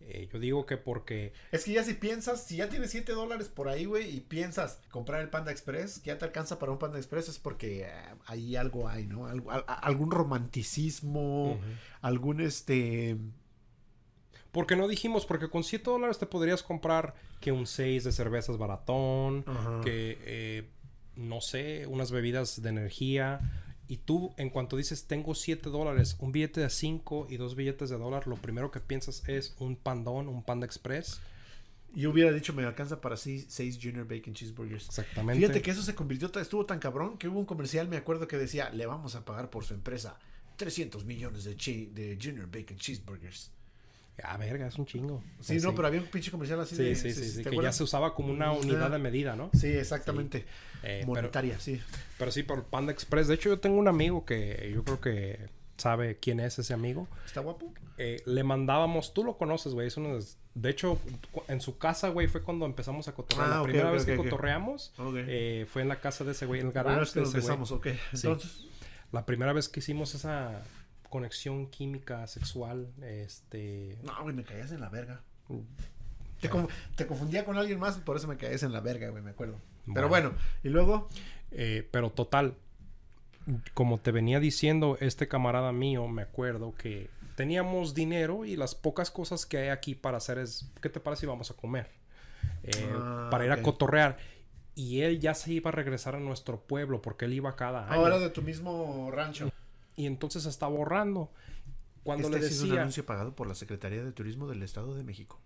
[SPEAKER 4] Eh, yo digo que porque
[SPEAKER 2] Es que ya si piensas, si ya tienes 7 dólares por ahí, güey, y piensas comprar el Panda Express, que ya te alcanza para un Panda Express, es porque eh, ahí algo hay, ¿no? Algo- al- a- algún romanticismo, algún este...
[SPEAKER 4] porque no dijimos, porque con 7 dólares te podrías comprar que un 6 de cervezas baratón,
[SPEAKER 2] Ajá.
[SPEAKER 4] que eh, no sé, unas bebidas de energía. Y tú, en cuanto dices tengo 7 dólares, un billete de 5 y dos billetes de dólar, lo primero que piensas es un pandón, un Panda Express.
[SPEAKER 2] Yo hubiera dicho, me alcanza para 6 Junior Bacon Cheeseburgers.
[SPEAKER 4] Exactamente.
[SPEAKER 2] Fíjate que eso se convirtió, ta- estuvo tan cabrón que hubo un comercial, me acuerdo que decía, le vamos a pagar por su empresa 300 millones de, chi- de Junior Bacon Cheeseburgers.
[SPEAKER 4] Ah, verga, es un chingo.
[SPEAKER 2] Sí, no, pero había un pinche comercial así
[SPEAKER 4] Sí,
[SPEAKER 2] de...
[SPEAKER 4] sí, sí,
[SPEAKER 2] ¿te
[SPEAKER 4] sí, que ya
[SPEAKER 2] acuerdas?
[SPEAKER 4] se usaba como una
[SPEAKER 2] Ajá.
[SPEAKER 4] unidad de medida, ¿no?
[SPEAKER 2] Sí, exactamente.
[SPEAKER 4] Eh, pero,
[SPEAKER 2] Monetaria, sí.
[SPEAKER 4] pero sí, por Panda Express. De hecho, yo tengo un amigo que yo creo que sabe quién es ese amigo.
[SPEAKER 2] ¿Está guapo?
[SPEAKER 4] Eh, le mandábamos, tú lo conoces, güey. Es uno de, de hecho, cu- en su casa, güey, fue cuando empezamos a cotorrear.
[SPEAKER 2] Ah,
[SPEAKER 4] la
[SPEAKER 2] ok,
[SPEAKER 4] primera
[SPEAKER 2] ok,
[SPEAKER 4] vez
[SPEAKER 2] ok,
[SPEAKER 4] que
[SPEAKER 2] ok.
[SPEAKER 4] cotorreamos
[SPEAKER 2] Ok.
[SPEAKER 4] eh, fue en la casa de ese güey, en el garage
[SPEAKER 2] Bueno, Ah, es que
[SPEAKER 4] de
[SPEAKER 2] nos
[SPEAKER 4] ese güey.
[SPEAKER 2] besamos, ok.
[SPEAKER 4] Sí.
[SPEAKER 2] Entonces,
[SPEAKER 4] La primera vez que hicimos esa conexión química sexual, este...
[SPEAKER 2] no, güey, me caías en la verga. Te, con- te confundía con alguien más, por eso me caías en la verga, güey, me acuerdo. Pero
[SPEAKER 4] Bueno.
[SPEAKER 2] bueno, y luego,
[SPEAKER 4] Eh, pero total, como te venía diciendo este camarada mío, me acuerdo que teníamos dinero y las pocas cosas que hay aquí para hacer es, ¿qué te parece si vamos a comer? Eh,
[SPEAKER 2] Ah,
[SPEAKER 4] para ir
[SPEAKER 2] ok.
[SPEAKER 4] a cotorrear. Y él ya se iba a regresar a nuestro pueblo porque él iba cada año.
[SPEAKER 2] ahora de tu mismo rancho.
[SPEAKER 4] Y entonces estaba ahorrando. Cuando
[SPEAKER 2] este
[SPEAKER 4] le
[SPEAKER 2] sí es un
[SPEAKER 4] decía...
[SPEAKER 2] anuncio pagado por la Secretaría de Turismo del Estado de México.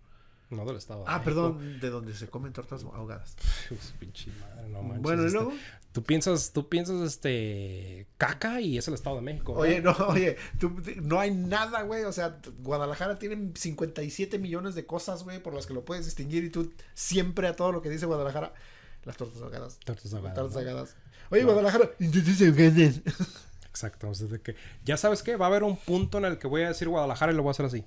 [SPEAKER 4] No del estado. de
[SPEAKER 2] Ah,
[SPEAKER 4] México.
[SPEAKER 2] perdón, de donde se comen tortas ahogadas.
[SPEAKER 4] Pues, pinche madre, no manches,
[SPEAKER 2] Bueno, y
[SPEAKER 4] este,
[SPEAKER 2] luego.
[SPEAKER 4] Tú piensas, tú piensas, este, caca y es el Estado de México. ¿verdad?
[SPEAKER 2] Oye, no, oye, tú- no hay nada, güey. O sea, t- Guadalajara tiene 57 millones de cosas, güey, por las que lo puedes distinguir. Y tú siempre a todo lo que dice Guadalajara, las tortas ahogadas.
[SPEAKER 4] Tortas ahogadas,
[SPEAKER 2] Tortas
[SPEAKER 4] ¿no?
[SPEAKER 2] ahogadas. Oye, Guadalajara, entonces ahogadas.
[SPEAKER 4] Exacto, o sea, de que ya sabes que va a haber un punto en el que voy a decir Guadalajara y lo voy a hacer así.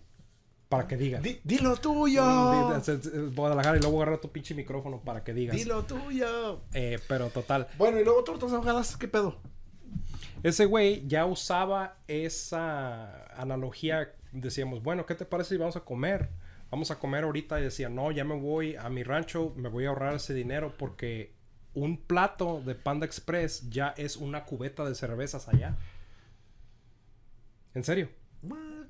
[SPEAKER 4] Para que digas.
[SPEAKER 2] Di, di lo
[SPEAKER 4] Mm, di-
[SPEAKER 2] tuyo.
[SPEAKER 4] es- es- es Guadalajara y luego agarrar tu pinche micrófono para que digas.
[SPEAKER 2] Di lo tuyo.
[SPEAKER 4] Eh, pero total,
[SPEAKER 2] Bueno, y luego tortas ahogadas, ¿qué pedo?
[SPEAKER 4] ese güey ya usaba esa analogía. Decíamos, bueno, ¿qué te parece si vamos a comer? Vamos a comer ahorita y decía, no, ya me voy a mi rancho, me voy a ahorrar ese dinero porque un plato de Panda Express ya es una cubeta de cervezas allá. ¿En serio?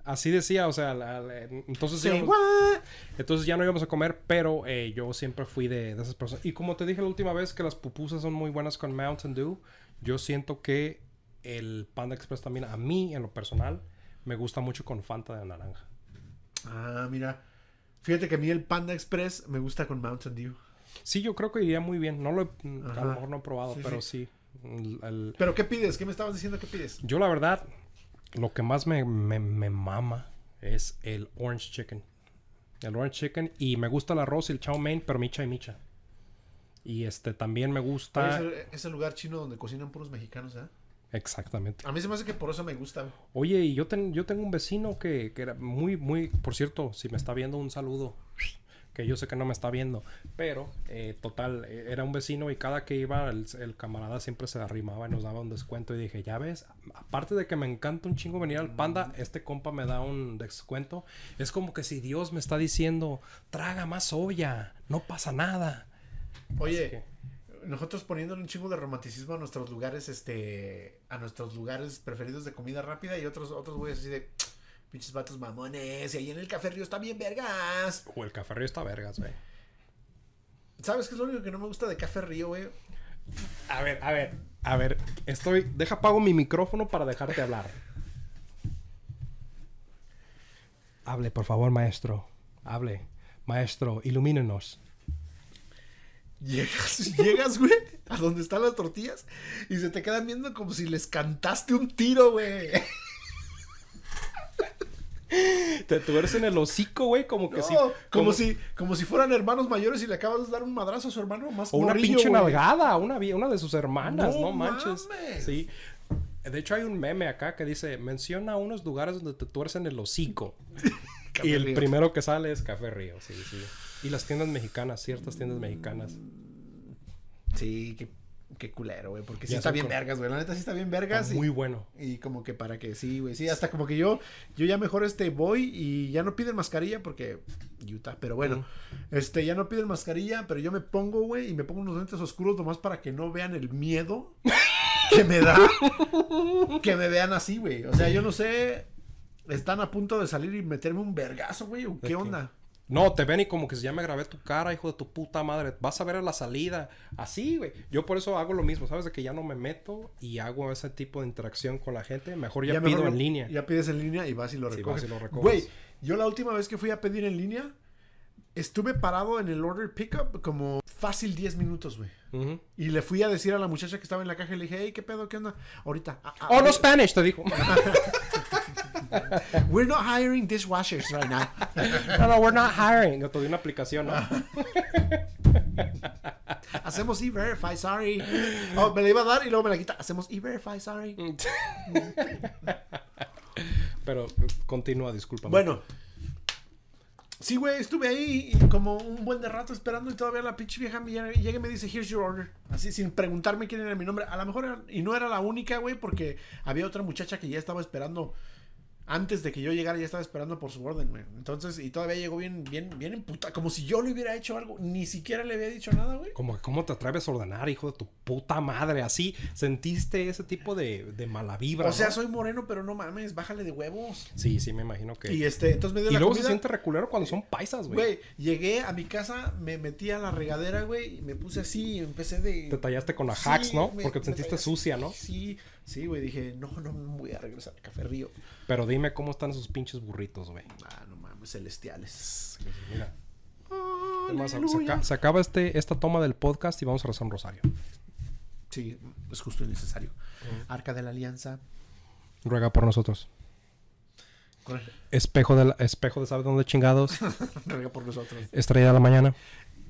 [SPEAKER 4] Así decía, o sea, la- la- entonces,
[SPEAKER 2] Say
[SPEAKER 4] íbamos-
[SPEAKER 2] what?
[SPEAKER 4] entonces ya no íbamos a comer, pero eh, yo siempre fui de, de esas personas. Y como te dije la última vez que las pupusas son muy buenas con Mountain Dew, yo siento que el Panda Express también, a mí en lo personal, me gusta mucho con Fanta de naranja.
[SPEAKER 2] Ah, mira. Fíjate que a mí el Panda Express me gusta con Mountain Dew.
[SPEAKER 4] Sí, yo creo que iría muy bien. No lo he, a
[SPEAKER 2] Ajá.
[SPEAKER 4] lo mejor no he probado,
[SPEAKER 2] Sí,
[SPEAKER 4] pero sí. El- el-
[SPEAKER 2] ¿Pero qué pides? ¿Qué me estabas diciendo que pides?
[SPEAKER 4] yo la verdad, lo que más me, me- me mama es el Orange Chicken. El Orange Chicken y me gusta el arroz y el chow mein, pero micha y micha. Y este también me
[SPEAKER 2] Oye,
[SPEAKER 4] gusta...
[SPEAKER 2] Es el, es el lugar chino donde cocinan puros mexicanos, ¿eh?
[SPEAKER 4] Exactamente.
[SPEAKER 2] A mí se me hace que por eso me gusta. güey.
[SPEAKER 4] Oye, y yo, ten- yo tengo un vecino que, que era muy, muy, por cierto, si me está viendo, un saludo. Que yo sé que no me está viendo, pero eh, total, eh, era un vecino y cada que iba el, el camarada siempre se arrimaba y nos daba un descuento. Y dije, ya ves, aparte de que me encanta un chingo venir al panda, este compa me da un descuento. Es como que si Dios me está diciendo, traga más olla, no pasa nada.
[SPEAKER 2] Oye,
[SPEAKER 4] que-
[SPEAKER 2] nosotros poniéndole un chingo de romanticismo a nuestros lugares, este, a nuestros lugares preferidos de comida rápida y otros, otros güeyes así de pinches vatos mamones, y ahí en el Café Río está bien vergas.
[SPEAKER 4] O el café río está vergas, güey.
[SPEAKER 2] ¿Sabes qué es lo único que no me gusta de Café Río, güey?
[SPEAKER 4] A ver, a ver, a ver, estoy, deja pago mi micrófono para dejarte hablar. Hable, por favor, maestro. Hable. Maestro, ilumínenos.
[SPEAKER 2] Llegas, llegas, güey, a donde están las tortillas y se te quedan viendo como si les cantaste un tiro, güey.
[SPEAKER 4] Te tuercen el hocico, güey, como que
[SPEAKER 2] No,
[SPEAKER 4] sí.
[SPEAKER 2] como, si, como si fueran hermanos mayores y le acabas de dar un madrazo a su hermano más
[SPEAKER 4] O una
[SPEAKER 2] morrillo,
[SPEAKER 4] pinche
[SPEAKER 2] güey.
[SPEAKER 4] nalgada, una, vie- una de sus hermanas,
[SPEAKER 2] No
[SPEAKER 4] no, manches.
[SPEAKER 2] mames.
[SPEAKER 4] Sí. De hecho, hay un meme acá que dice: menciona unos lugares donde te tuercen el hocico. y el
[SPEAKER 2] Río.
[SPEAKER 4] primero que sale es Café Río, sí, sí. Y las tiendas mexicanas, ciertas tiendas mexicanas.
[SPEAKER 2] Sí, qué, qué culero, güey. Porque sí
[SPEAKER 4] Ya
[SPEAKER 2] está
[SPEAKER 4] son
[SPEAKER 2] bien
[SPEAKER 4] con-
[SPEAKER 2] vergas, güey. La neta Ah, sí está bien vergas.
[SPEAKER 4] Está
[SPEAKER 2] y-
[SPEAKER 4] muy bueno.
[SPEAKER 2] Y como que para que sí, güey. Sí, hasta como que yo, yo ya mejor este voy y ya no piden mascarilla porque Utah, pero bueno, este ya no piden mascarilla, pero yo me pongo, güey, y me pongo unos lentes oscuros nomás para que no vean el miedo que me da que me vean así, güey. O sea, yo no sé, están a punto de salir y meterme un vergazo, güey, o qué
[SPEAKER 4] qué?
[SPEAKER 2] onda.
[SPEAKER 4] No, te ven y como que ya me grabé tu cara, hijo de tu puta madre. Vas a ver a la salida. Así, güey. Yo por eso hago lo mismo, ¿sabes? De que ya no me meto y hago ese tipo de interacción con la gente. Mejor ya,
[SPEAKER 2] mejor
[SPEAKER 4] pido en
[SPEAKER 2] lo-
[SPEAKER 4] línea.
[SPEAKER 2] Ya pides en línea y vas y lo
[SPEAKER 4] Sí,
[SPEAKER 2] recoges.
[SPEAKER 4] vas y lo recoges.
[SPEAKER 2] Güey, yo la última vez que fui a pedir en línea, estuve parado en el order pickup como fácil 10 minutos, güey.
[SPEAKER 4] Ujú.
[SPEAKER 2] Y le fui a decir a la muchacha que estaba en la caja y le dije, hey, ¿qué pedo? ¿Qué onda? Ahorita. ah, ah,
[SPEAKER 4] Oh, no Spanish, te dijo.
[SPEAKER 2] We're not hiring dishwashers right now.
[SPEAKER 4] no, no, we're not hiring. Yo te di una aplicación, ¿no?
[SPEAKER 2] Hacemos e-verify, sorry. Oh, me la iba a dar y luego me la quita. Hacemos e-verify, sorry.
[SPEAKER 4] Pero eh, continúa, disculpa.
[SPEAKER 2] Bueno. Sí, güey, estuve ahí y como un buen de rato esperando y todavía la pinche vieja me llega llega y me dice, here's your order. Así, sin preguntarme quién era mi nombre. A lo mejor, era- y no era la única, güey, porque había otra muchacha que ya estaba esperando. Antes de que yo llegara, ya estaba esperando por su orden, güey. Entonces, y todavía llegó bien, bien, bien en puta. Como si yo le hubiera hecho algo. Ni siquiera le había dicho nada, güey.
[SPEAKER 4] Como que, ¿cómo te atreves a ordenar, hijo de tu puta madre? Así sentiste ese tipo de, de mala vibra.
[SPEAKER 2] O sea,
[SPEAKER 4] ¿no?
[SPEAKER 2] soy moreno, pero no mames, bájale de huevos.
[SPEAKER 4] Sí, sí, me imagino que.
[SPEAKER 2] Y
[SPEAKER 4] Y,
[SPEAKER 2] este, entonces me dio la
[SPEAKER 4] luego
[SPEAKER 2] comida.
[SPEAKER 4] se siente reculero cuando son paisas, güey.
[SPEAKER 2] Güey, llegué a mi casa, me metí a la regadera, güey, y me puse así y empecé de...
[SPEAKER 4] Te tallaste con la
[SPEAKER 2] Sí,
[SPEAKER 4] hacks, ¿no?
[SPEAKER 2] me-
[SPEAKER 4] Porque
[SPEAKER 2] me
[SPEAKER 4] te sentiste
[SPEAKER 2] tallé.
[SPEAKER 4] sucia, ¿no?
[SPEAKER 2] Sí, sí, güey, dije, no, no me voy a regresar a Café Río.
[SPEAKER 4] Pero dime cómo están esos pinches burritos, güey.
[SPEAKER 2] Ah, no mames, celestiales.
[SPEAKER 4] Mira. Es más, se,
[SPEAKER 2] Oh, Aleluya.
[SPEAKER 4] aca- se acaba este, esta toma del podcast y vamos a rezar un rosario.
[SPEAKER 2] Sí, es justo y necesario. Arca de la Alianza.
[SPEAKER 4] Ruega por nosotros. Espejo de, la- espejo de ¿sabes dónde chingados?
[SPEAKER 2] Ruega por nosotros.
[SPEAKER 4] Estrella de la mañana.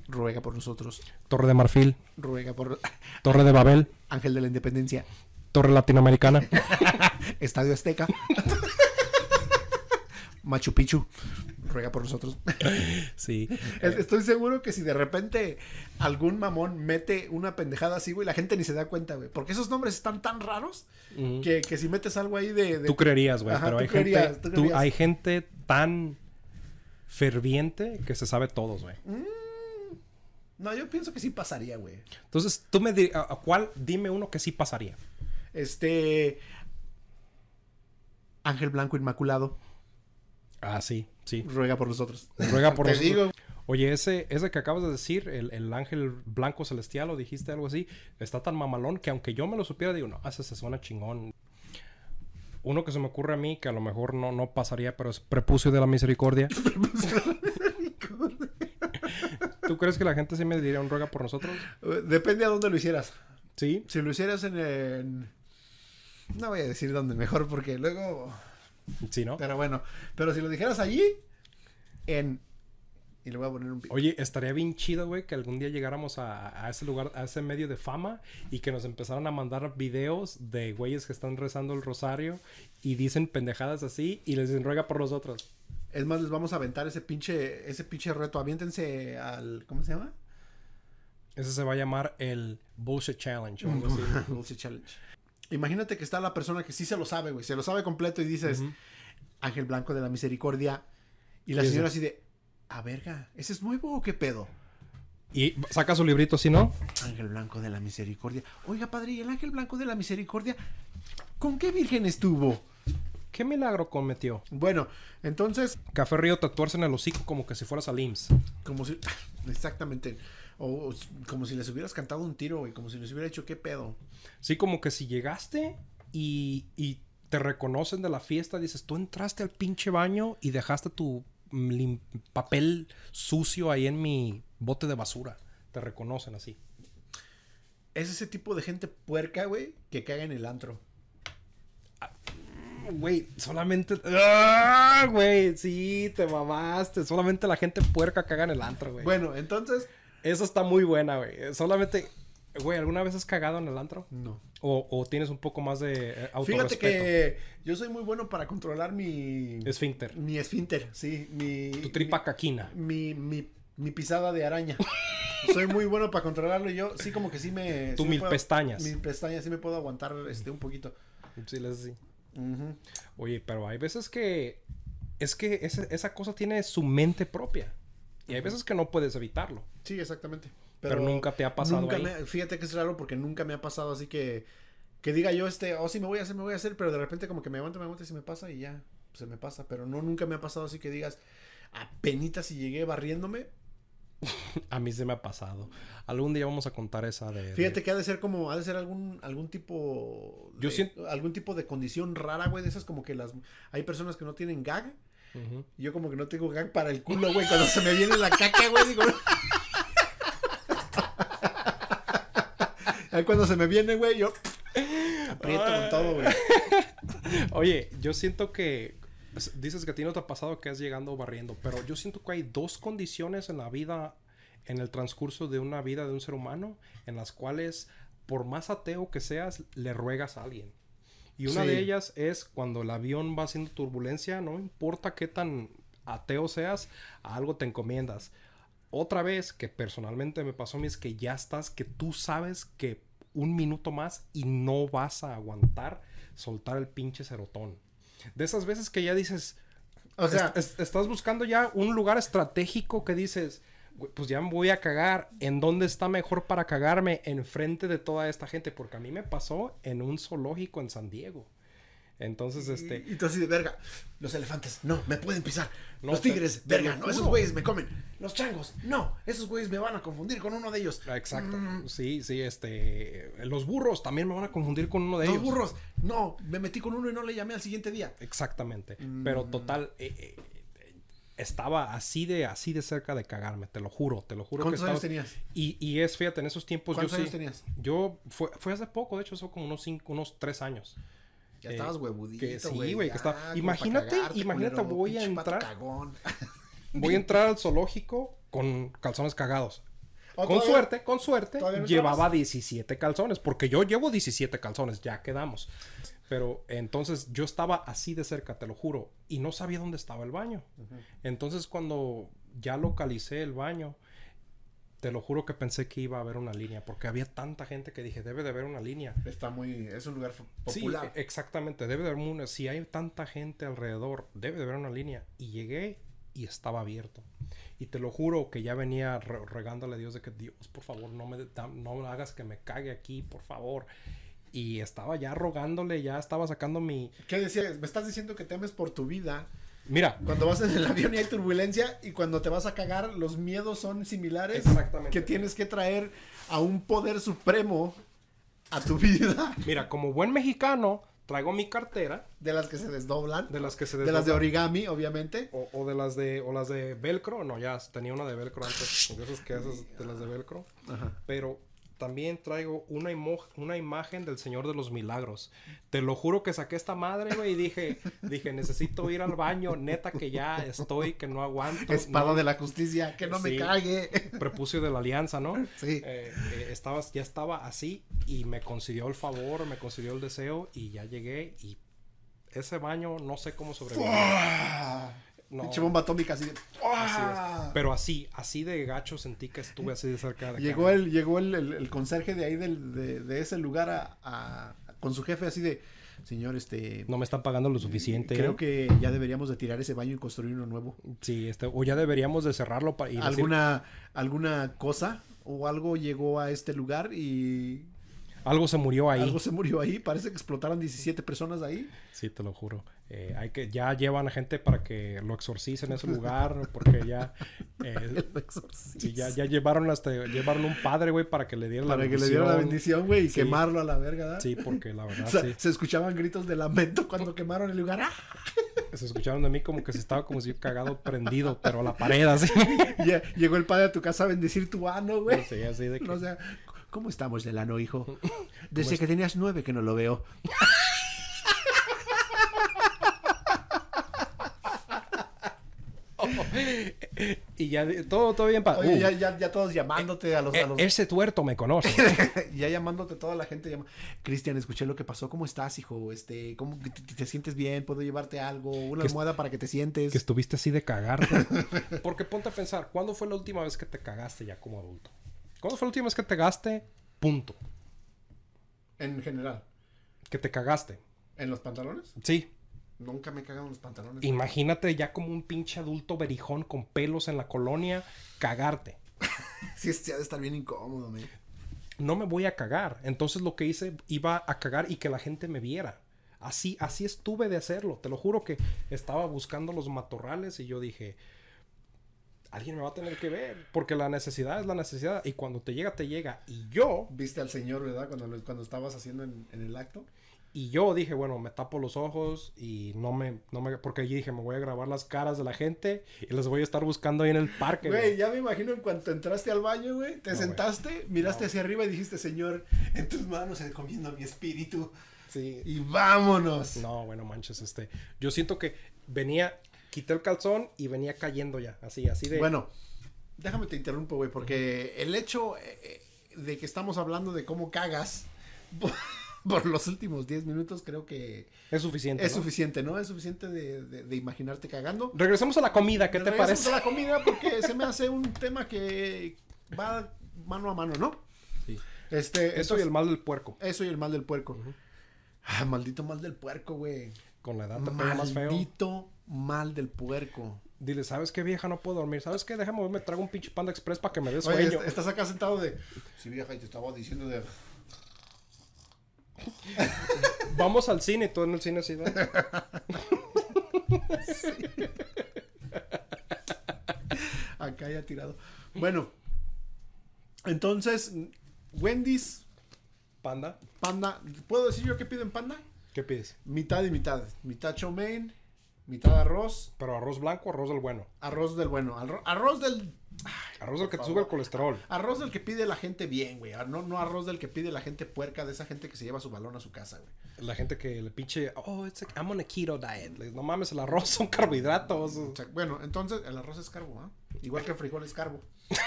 [SPEAKER 2] Ruega por nosotros.
[SPEAKER 4] Torre de Marfil.
[SPEAKER 2] Ruega por...
[SPEAKER 4] Torre de Babel.
[SPEAKER 2] Ángel de la Independencia.
[SPEAKER 4] Torre Latinoamericana.
[SPEAKER 2] Estadio Azteca. Machu Picchu. Ruega por nosotros.
[SPEAKER 4] Sí.
[SPEAKER 2] Es- Estoy seguro que si de repente algún mamón mete una pendejada así, güey, la gente ni se da cuenta, güey. Porque esos nombres están tan raros que, que si metes algo ahí de. de-
[SPEAKER 4] Tú creerías, güey,
[SPEAKER 2] Ajá,
[SPEAKER 4] pero
[SPEAKER 2] tú
[SPEAKER 4] hay
[SPEAKER 2] creerías,
[SPEAKER 4] gente,
[SPEAKER 2] tú
[SPEAKER 4] tú-
[SPEAKER 2] creerías.
[SPEAKER 4] hay gente tan ferviente que se sabe todos, güey.
[SPEAKER 2] No, yo pienso que sí pasaría, güey.
[SPEAKER 4] Entonces, tú me di- a, a cuál dime uno que sí pasaría.
[SPEAKER 2] Este. Ángel Blanco Inmaculado,
[SPEAKER 4] Ah, sí, sí.
[SPEAKER 2] ruega por nosotros.
[SPEAKER 4] Ruega por
[SPEAKER 2] Te
[SPEAKER 4] nosotros.
[SPEAKER 2] digo.
[SPEAKER 4] Oye, ese, ese que acabas de decir, el, el ángel blanco celestial, o dijiste algo así, está tan mamalón que aunque yo me lo supiera, digo, no, ah, ese se suena chingón. Uno que se me ocurre a mí, que a lo mejor no, no pasaría, pero es prepucio de la misericordia. ¿Tú crees que la gente sí me diría un ruega por nosotros?
[SPEAKER 2] Eh, Depende a dónde lo hicieras.
[SPEAKER 4] Sí.
[SPEAKER 2] Si lo hicieras en. en- No voy a decir dónde mejor porque luego.
[SPEAKER 4] Sí, ¿no?
[SPEAKER 2] Pero bueno. Pero si lo dijeras allí, en. Y le voy a poner un pi-
[SPEAKER 4] Oye, estaría bien chido, güey, que algún día llegáramos a, a ese lugar, a ese medio de fama y que nos empezaran a mandar videos de güeyes que están rezando el rosario y dicen pendejadas así y les dicen ruega por nosotros.
[SPEAKER 2] Es más, les vamos a aventar ese pinche, ese pinche reto. Aviéntense al. ¿Cómo se llama?
[SPEAKER 4] Ese se va a llamar el Bullshit Challenge. o algo así.
[SPEAKER 2] Dulce Challenge. Imagínate que está la persona que sí se lo sabe, güey. Se lo sabe completo y dices, Ángel Blanco de la Misericordia. Y la
[SPEAKER 4] Sí, sí.
[SPEAKER 2] señora así de, ah, verga, ¿ese es nuevo o qué pedo?
[SPEAKER 4] Y saca su librito, si no,
[SPEAKER 2] Ángel Blanco de la Misericordia. Oiga, padre, ¿y el Ángel Blanco de la Misericordia con qué virgen estuvo?
[SPEAKER 4] ¿qué milagro cometió?
[SPEAKER 2] Bueno, entonces,
[SPEAKER 4] Café Río tatuarse en el hocico como que si fueras al IMSS.
[SPEAKER 2] como si. Exactamente. O, o s- como si les hubieras cantado un tiro, güey. Como si les hubiera hecho qué pedo.
[SPEAKER 4] Sí, como que si llegaste y, y te reconocen de la fiesta, dices, tú entraste al pinche baño y dejaste tu mm, lim- papel sucio ahí en mi bote de basura. Te reconocen así.
[SPEAKER 2] Es ese tipo de gente puerca, güey, que caga en el antro.
[SPEAKER 4] Güey, solamente... ¡Ah, güey! Sí, te mamaste. Solamente la gente puerca caga en el antro, güey.
[SPEAKER 2] Bueno, entonces,
[SPEAKER 4] Esa está muy buena, güey. Solamente Güey, ¿alguna vez has cagado en el antro?
[SPEAKER 2] No.
[SPEAKER 4] ¿O, o tienes un poco más de eh, autorrespeto?
[SPEAKER 2] Fíjate que yo soy muy bueno para controlar mi.
[SPEAKER 4] Esfínter.
[SPEAKER 2] Mi esfínter, sí. Mi,
[SPEAKER 4] Tu tripa caquina.
[SPEAKER 2] Mi, mi, mi pisada de araña. soy muy bueno para controlarlo. y Yo sí, como que sí me.
[SPEAKER 4] Tú
[SPEAKER 2] sí me
[SPEAKER 4] mil pestañas.
[SPEAKER 2] Mil pestañas, sí me puedo aguantar este, un poquito.
[SPEAKER 4] Sí, le haces así.
[SPEAKER 2] Ujú.
[SPEAKER 4] Oye, pero hay veces que... Es que esa, esa cosa tiene su mente propia. Y hay veces que no puedes evitarlo.
[SPEAKER 2] Sí, exactamente.
[SPEAKER 4] Pero nunca te ha pasado
[SPEAKER 2] nunca
[SPEAKER 4] ahí.
[SPEAKER 2] me- fíjate que es raro porque nunca me ha pasado así que. Que diga yo este, oh sí me voy a hacer, me voy a hacer, pero de repente como que me aguanto, me aguanto y se me pasa y ya, se me pasa. Pero no, nunca me ha pasado así que digas, apenitas si llegué barriéndome,
[SPEAKER 4] A mí se me ha pasado. Algún día vamos a contar esa de... de-
[SPEAKER 2] Fíjate que ha de ser como, ha de ser algún, algún tipo, de,
[SPEAKER 4] Yo siento-
[SPEAKER 2] algún tipo de condición rara, güey, de esas como que las, hay personas que no tienen gag.
[SPEAKER 4] Ujú.
[SPEAKER 2] Yo como que no tengo gag para el culo, güey, cuando se me viene la caca, güey, digo. Ahí cuando se me viene, güey, yo aprieto con todo, güey.
[SPEAKER 4] Oye, yo siento que s- dices que a ti no te ha pasado que es llegando barriendo, pero yo siento que hay dos condiciones en la vida, en el transcurso de una vida de un ser humano, en las cuales, por más ateo que seas, le ruegas a alguien. Y una
[SPEAKER 2] Sí.
[SPEAKER 4] de ellas es cuando el avión va haciendo turbulencia, no importa qué tan ateo seas, a algo te encomiendas. Otra vez que personalmente me pasó a mí es que ya estás, que tú sabes que un minuto más y no vas a aguantar soltar el pinche cerotón. De esas veces que ya dices,
[SPEAKER 2] O sea,
[SPEAKER 4] est- est- estás buscando ya un lugar estratégico que dices, "Güey, pues ya me voy a cagar, ¿en dónde está mejor para cagarme? Enfrente de toda esta gente, porque a mí me pasó en un zoológico en San Diego. Entonces, este...
[SPEAKER 2] y tú así de verga. Los elefantes, no, me pueden pisar.
[SPEAKER 4] No,
[SPEAKER 2] los
[SPEAKER 4] te-
[SPEAKER 2] tigres,
[SPEAKER 4] te
[SPEAKER 2] verga,
[SPEAKER 4] lo
[SPEAKER 2] no, esos
[SPEAKER 4] juro.
[SPEAKER 2] güeyes me comen. Los changos, no, esos güeyes me van a confundir con uno de ellos. Mm,
[SPEAKER 4] Ah, Exacto. Sí, sí, este. Los burros también me van a confundir con uno de
[SPEAKER 2] Los
[SPEAKER 4] ellos.
[SPEAKER 2] burros. No, me metí con uno y no le llamé al siguiente día.
[SPEAKER 4] Exactamente. Pero
[SPEAKER 2] Mm.
[SPEAKER 4] total, eh, eh, eh, estaba así de, así de cerca de cagarme, te lo juro, te lo juro.
[SPEAKER 2] ¿Cuántos
[SPEAKER 4] que estaba-
[SPEAKER 2] años tenías?
[SPEAKER 4] Y, y es, fíjate, en esos tiempos
[SPEAKER 2] ¿Cuántos
[SPEAKER 4] yo
[SPEAKER 2] años
[SPEAKER 4] sí-
[SPEAKER 2] tenías?
[SPEAKER 4] Yo, fue, fue hace poco, de hecho, son como unos cinco, unos tres años.
[SPEAKER 2] Ya
[SPEAKER 4] Eh,
[SPEAKER 2] estabas huevudito,
[SPEAKER 4] que sí,
[SPEAKER 2] güey.
[SPEAKER 4] güey,
[SPEAKER 2] ya,
[SPEAKER 4] que estaba-
[SPEAKER 2] como pa'
[SPEAKER 4] imagínate,
[SPEAKER 2] cagarte,
[SPEAKER 4] imagínate,
[SPEAKER 2] culero,
[SPEAKER 4] voy a
[SPEAKER 2] pinche pato
[SPEAKER 4] entrar.
[SPEAKER 2] cagón.
[SPEAKER 4] Voy a entrar al zoológico con calzones cagados.
[SPEAKER 2] Oh,
[SPEAKER 4] con
[SPEAKER 2] todavía-
[SPEAKER 4] suerte, con suerte,
[SPEAKER 2] todavía no
[SPEAKER 4] llevaba
[SPEAKER 2] entrabas.
[SPEAKER 4] 17 calzones, porque yo llevo 17 calzones, ya quedamos. Pero entonces yo estaba así de cerca, te lo juro, y no sabía dónde estaba el baño. Entonces cuando ya localicé el baño, te lo juro que pensé que iba a haber una línea, porque había tanta gente que dije, debe de haber una línea.
[SPEAKER 2] Está muy. Es un lugar f- popular.
[SPEAKER 4] Sí, e- exactamente. Debe de haber una. Si hay tanta gente alrededor, debe de haber una línea. Y llegué y estaba abierto. Y te lo juro que ya venía re- regándole a Dios de que Dios, por favor, no me, de- da- no me hagas que me cague aquí, por favor. Y estaba ya rogándole, ya estaba sacando mi.
[SPEAKER 2] ¿Qué decías? Me estás diciendo que temes por tu vida.
[SPEAKER 4] Mira,
[SPEAKER 2] Cuando vas en el avión y hay turbulencia y cuando te vas a cagar, los miedos son similares.
[SPEAKER 4] Exactamente.
[SPEAKER 2] Que tienes que traer a un poder supremo a tu vida.
[SPEAKER 4] mira, como buen mexicano, traigo mi cartera
[SPEAKER 2] De las que se desdoblan.
[SPEAKER 4] de las que se
[SPEAKER 2] de las de
[SPEAKER 4] desdoblan.
[SPEAKER 2] origami, obviamente.
[SPEAKER 4] O, o de las de o las de velcro no ya tenía una de velcro antes de esas que esas de las de velcro pero también traigo una, imo- una imagen del Señor de los Milagros. Te lo juro que saqué esta madre, güey, y dije, dije, necesito ir al baño, neta que ya estoy, que no aguanto.
[SPEAKER 2] Espada
[SPEAKER 4] no-
[SPEAKER 2] de la justicia, que no me
[SPEAKER 4] Sí.
[SPEAKER 2] cague.
[SPEAKER 4] prepucio de la alianza, ¿no?
[SPEAKER 2] Sí.
[SPEAKER 4] Eh, eh, estabas, ya estaba así y me consiguió el favor, me consiguió el deseo y ya llegué y ese baño no sé cómo sobreviví. No.
[SPEAKER 2] Pinche bomba atómica así. de-
[SPEAKER 4] Así es.
[SPEAKER 2] ¡Ah!
[SPEAKER 4] Pero así, así de gacho sentí que estuve así de cerca de
[SPEAKER 2] Llegó
[SPEAKER 4] acá.
[SPEAKER 2] el, llegó el, el- el conserje de ahí del- de, de ese lugar a, a- con su jefe así de señor, este
[SPEAKER 4] No me están pagando lo suficiente.
[SPEAKER 2] creo que ya deberíamos de tirar ese baño y construir uno nuevo.
[SPEAKER 4] Sí, este, o ya deberíamos de cerrarlo para...
[SPEAKER 2] Alguna, alguna cosa o algo llegó a este lugar y
[SPEAKER 4] Algo se murió ahí.
[SPEAKER 2] algo se murió ahí. Parece que explotaron 17 personas ahí.
[SPEAKER 4] Sí, te lo juro. Eh, hay que, ya llevan a gente para que lo exorcicen ese lugar, porque ya, eh, sí, ya, ya llevaron hasta, llevaron un padre, güey, para que le diera la
[SPEAKER 2] Para que
[SPEAKER 4] bendición.
[SPEAKER 2] le dieran la bendición, güey, y
[SPEAKER 4] Sí.
[SPEAKER 2] quemarlo a la verga. ¿verdad?
[SPEAKER 4] Sí, porque la verdad,
[SPEAKER 2] O sea,
[SPEAKER 4] Ah, sí.
[SPEAKER 2] Se escuchaban gritos de lamento cuando quemaron el lugar. ¡Ah!
[SPEAKER 4] Se escucharon de mí como que se estaba como si cagado prendido, pero a la pared, así.
[SPEAKER 2] Lle- eh, Llegó el padre a tu casa a bendecir tu ano, güey.
[SPEAKER 4] Sí, así de que-
[SPEAKER 2] O sea, ¿cómo estamos del ano, hijo? Desde que tenías nueve que no lo veo.
[SPEAKER 4] Y ya, de- todo, todo bien para.
[SPEAKER 2] Oye, ya, ya, ya todos llamándote a los... a los-
[SPEAKER 4] Ese tuerto me conoce.
[SPEAKER 2] ya llamándote toda la gente. Llama... Cristian, escuché lo que pasó. ¿Cómo estás, hijo? Este, ¿Cómo que te, te sientes bien? ¿Puedo llevarte algo? ¿Una
[SPEAKER 4] Que es-
[SPEAKER 2] almohada para que te sientes?
[SPEAKER 4] que estuviste así de cagar. Porque ponte a pensar, ¿cuándo fue la última vez que te cagaste ya como adulto? ¿Cuándo fue la última vez que te cagaste? Punto.
[SPEAKER 2] En general.
[SPEAKER 4] Que te cagaste.
[SPEAKER 2] ¿En los pantalones?
[SPEAKER 4] Sí.
[SPEAKER 2] Nunca me cagan los pantalones.
[SPEAKER 4] Imagínate ya como un pinche adulto berijón con pelos en la colonia, cagarte.
[SPEAKER 2] Sí, sí, ha de estar bien incómodo, me.
[SPEAKER 4] No me voy a cagar. Entonces lo que hice, iba a cagar y que la gente me viera. Así, así estuve de hacerlo. Te lo juro que estaba buscando los matorrales y yo dije, alguien me va a tener que ver. Porque la necesidad es la necesidad. Y cuando te llega, te llega. Y yo
[SPEAKER 2] Viste al señor, ¿verdad? Cuando, lo- cuando estabas haciendo en, en el acto.
[SPEAKER 4] Y yo dije, bueno, me tapo los ojos y no me, no me, porque allí dije, me voy a grabar las caras de la gente y las voy a estar buscando ahí en el parque.
[SPEAKER 2] Güey,
[SPEAKER 4] güey.
[SPEAKER 2] ya me imagino en cuanto entraste al baño, güey, te
[SPEAKER 4] No, güey.
[SPEAKER 2] sentaste, miraste
[SPEAKER 4] No.
[SPEAKER 2] hacia arriba y dijiste, señor, en tus manos encomiendo mi espíritu.
[SPEAKER 4] Sí.
[SPEAKER 2] Y vámonos.
[SPEAKER 4] No, bueno, manches, este, yo siento que venía, quité el calzón y venía cayendo ya, así, así de.
[SPEAKER 2] Bueno, déjame te interrumpo, güey, porque el hecho eh, eh, de que estamos hablando de cómo cagas por, por los últimos 10 minutos creo que
[SPEAKER 4] es suficiente.
[SPEAKER 2] es
[SPEAKER 4] ¿no?
[SPEAKER 2] suficiente, ¿no? Es suficiente de, de- de imaginarte cagando.
[SPEAKER 4] Regresemos a la comida, ¿qué te
[SPEAKER 2] Regresamos
[SPEAKER 4] parece?
[SPEAKER 2] a la comida porque se me hace un tema que va mano a mano, ¿no?
[SPEAKER 4] Sí.
[SPEAKER 2] Este,
[SPEAKER 4] Eso y el mal del puerco.
[SPEAKER 2] Eso y el mal del puerco. Ah, maldito mal del puerco, güey.
[SPEAKER 4] Con la edad te pega Ah, más feo.
[SPEAKER 2] Maldito mal del puerco.
[SPEAKER 4] Dile, ¿sabes qué vieja? No puedo dormir. ¿Sabes qué? Déjame, me trago un pinche panda express para que me dé
[SPEAKER 2] Oye,
[SPEAKER 4] sueño.
[SPEAKER 2] est- estás acá sentado de. Sí, vieja, y te estaba diciendo de.
[SPEAKER 4] Vamos al cine, todo en el cine así. ¿no?
[SPEAKER 2] Acá ya tirado. Bueno. Entonces, Wendy's,
[SPEAKER 4] Panda,
[SPEAKER 2] panda. ¿Puedo decir yo qué pido en panda?
[SPEAKER 4] ¿qué pides?
[SPEAKER 2] Mitad y mitad. Mitad chow mein, mitad arroz.
[SPEAKER 4] Pero arroz blanco, arroz del bueno.
[SPEAKER 2] Arroz del bueno. arro- arroz del.
[SPEAKER 4] Arroz del que te
[SPEAKER 2] Por
[SPEAKER 4] sube el
[SPEAKER 2] favor.
[SPEAKER 4] colesterol.
[SPEAKER 2] Arroz del que pide la gente bien, güey. Ah, No, no arroz del que pide la gente puerca, de esa gente que se lleva su balón a su casa, güey.
[SPEAKER 4] La gente que le pinche, oh, it's a, I'm on a keto diet. Le- No mames, el arroz son carbohidratos.
[SPEAKER 2] O sea, bueno, entonces el arroz es carbo, ¿ah? Igual que el frijol es carbo.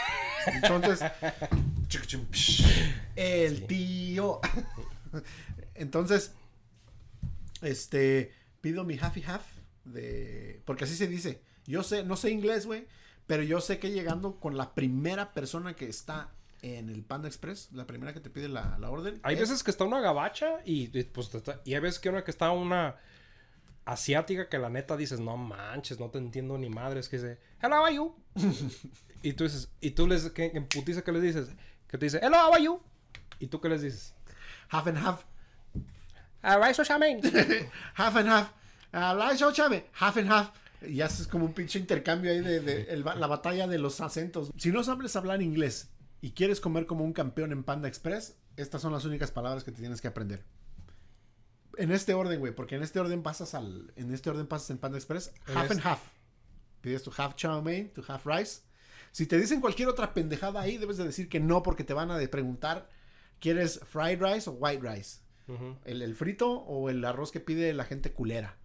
[SPEAKER 2] Entonces, chiquichim, psh, el tío. Entonces, este, pido mi half y half de, porque así se dice. Yo sé, no sé inglés, güey, pero yo sé que llegando con la primera persona que está en el Panda Express, la primera que te pide la, la orden.
[SPEAKER 4] Hay
[SPEAKER 2] es-
[SPEAKER 4] veces que está una gabacha y, y, pues, te está- y hay veces que una que está una asiática que la neta dices, no manches, no te entiendo ni madres. Que dice, hello, how are you? y tú dices, y tú les, que, en putiza que les dices, que te dice, hello, how are you? Y tú qué les dices,
[SPEAKER 2] half and half,
[SPEAKER 4] alright, so shaman.
[SPEAKER 2] half and half. Ah, la show, chame, half and half. Y haces como un pinche intercambio ahí de, de el ba- la batalla de los acentos. Si no sabes hablar inglés y quieres comer como un campeón en Panda Express, estas son las únicas palabras que te tienes que aprender. En este orden, güey, porque en este orden pasas al. En este orden pasas en Panda Express,
[SPEAKER 4] En
[SPEAKER 2] half and
[SPEAKER 4] este.
[SPEAKER 2] half. Pides tu half chow mein, tu half rice. Si te dicen cualquier otra pendejada ahí, debes de decir que no, porque te van a de preguntar: ¿quieres fried rice o white rice? el, el frito o el arroz que pide la gente culera.